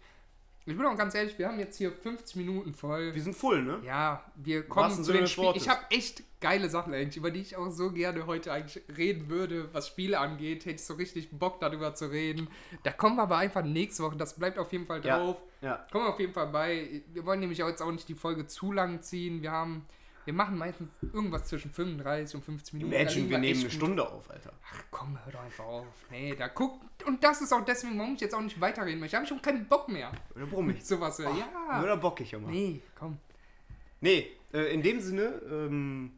[SPEAKER 2] Ich bin auch ganz ehrlich, wir haben jetzt hier 50 Minuten voll.
[SPEAKER 1] Wir sind voll, ne?
[SPEAKER 2] Ja, wir
[SPEAKER 1] wahrsten
[SPEAKER 2] kommen zu
[SPEAKER 1] Sinne
[SPEAKER 2] den
[SPEAKER 1] des
[SPEAKER 2] Spielen.
[SPEAKER 1] Wortes.
[SPEAKER 2] Ich habe echt geile Sachen eigentlich, über die ich auch so gerne heute eigentlich reden würde, was Spiele angeht. Hätte ich so richtig Bock darüber zu reden. Da kommen wir aber einfach nächste Woche. Das bleibt auf jeden Fall
[SPEAKER 1] Ja.
[SPEAKER 2] drauf.
[SPEAKER 1] Ja.
[SPEAKER 2] Kommen wir auf jeden Fall bei. Wir wollen nämlich auch jetzt auch nicht die Folge zu lang ziehen. Wir haben, wir machen meistens irgendwas zwischen 35 und 50 Minuten. Da
[SPEAKER 1] Imagine,
[SPEAKER 2] liegen
[SPEAKER 1] wir nehmen
[SPEAKER 2] echt
[SPEAKER 1] eine
[SPEAKER 2] gut.
[SPEAKER 1] Stunde auf, Alter.
[SPEAKER 2] Ach komm, hör doch einfach auf. Nee, da guckt. Und das ist auch deswegen, warum ich jetzt auch nicht weiterreden möchte. Da habe ich schon keinen Bock mehr.
[SPEAKER 1] Oder brummig.
[SPEAKER 2] Sowas, äh, ja.
[SPEAKER 1] Oder bockig, Junge. Nee,
[SPEAKER 2] Nee, komm.
[SPEAKER 1] äh, in dem Sinne, ähm,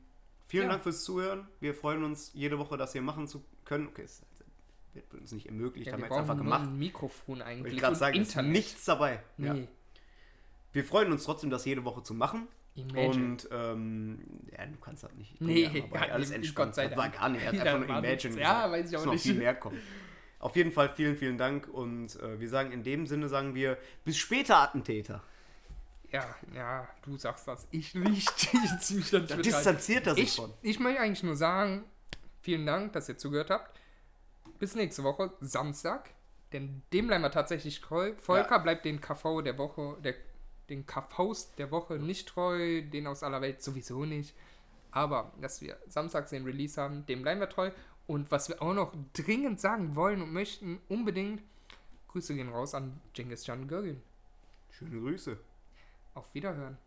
[SPEAKER 1] vielen
[SPEAKER 2] Ja.
[SPEAKER 1] Dank fürs Zuhören. Wir freuen uns, jede Woche das hier machen zu können. Okay, es wird uns nicht ermöglicht,
[SPEAKER 2] Ja,
[SPEAKER 1] haben
[SPEAKER 2] wir
[SPEAKER 1] wir jetzt einfach
[SPEAKER 2] brauchen nur
[SPEAKER 1] gemacht.
[SPEAKER 2] ein Mikrofon
[SPEAKER 1] Wollte
[SPEAKER 2] eigentlich
[SPEAKER 1] ich gerade
[SPEAKER 2] und
[SPEAKER 1] sagen, es ist
[SPEAKER 2] Internet.
[SPEAKER 1] nichts dabei. Ja.
[SPEAKER 2] Nee,
[SPEAKER 1] Wir freuen uns trotzdem, das jede Woche zu machen.
[SPEAKER 2] Imagine.
[SPEAKER 1] Und ähm, ja, du kannst das nicht.
[SPEAKER 2] Nee,
[SPEAKER 1] ja, aber
[SPEAKER 2] gar
[SPEAKER 1] alles
[SPEAKER 2] nicht,
[SPEAKER 1] entspannt.
[SPEAKER 2] Gott sei
[SPEAKER 1] Das war
[SPEAKER 2] Dank.
[SPEAKER 1] gar nicht. Er hat
[SPEAKER 2] Ja,
[SPEAKER 1] einfach nur
[SPEAKER 2] war
[SPEAKER 1] Imagine
[SPEAKER 2] nichts.
[SPEAKER 1] gesagt.
[SPEAKER 2] Ja, weiß ich
[SPEAKER 1] Es
[SPEAKER 2] auch
[SPEAKER 1] muss noch
[SPEAKER 2] nicht.
[SPEAKER 1] viel mehr kommen. Auf jeden Fall vielen, vielen Dank. Und äh, wir sagen in dem Sinne, sagen wir, bis später, Attentäter.
[SPEAKER 2] Ja, ja, du sagst das. Ich nicht. Ich zieh mich dann halt
[SPEAKER 1] Da
[SPEAKER 2] mit rein.
[SPEAKER 1] distanziert er sich
[SPEAKER 2] ich,
[SPEAKER 1] von.
[SPEAKER 2] ich möchte eigentlich nur sagen, vielen Dank, dass ihr zugehört habt. Bis nächste Woche, Samstag. Denn dem bleiben wir tatsächlich treu. Volker
[SPEAKER 1] Ja.
[SPEAKER 2] bleibt den KV der Woche, der, den KVs der Woche nicht treu, den aus aller Welt sowieso nicht. Aber dass wir samstags den Release haben, dem bleiben wir treu. Und was wir auch noch dringend sagen wollen und möchten, unbedingt, Grüße gehen raus an Genghis Jan Görgin.
[SPEAKER 1] Schöne Grüße.
[SPEAKER 2] Auf Wiederhören.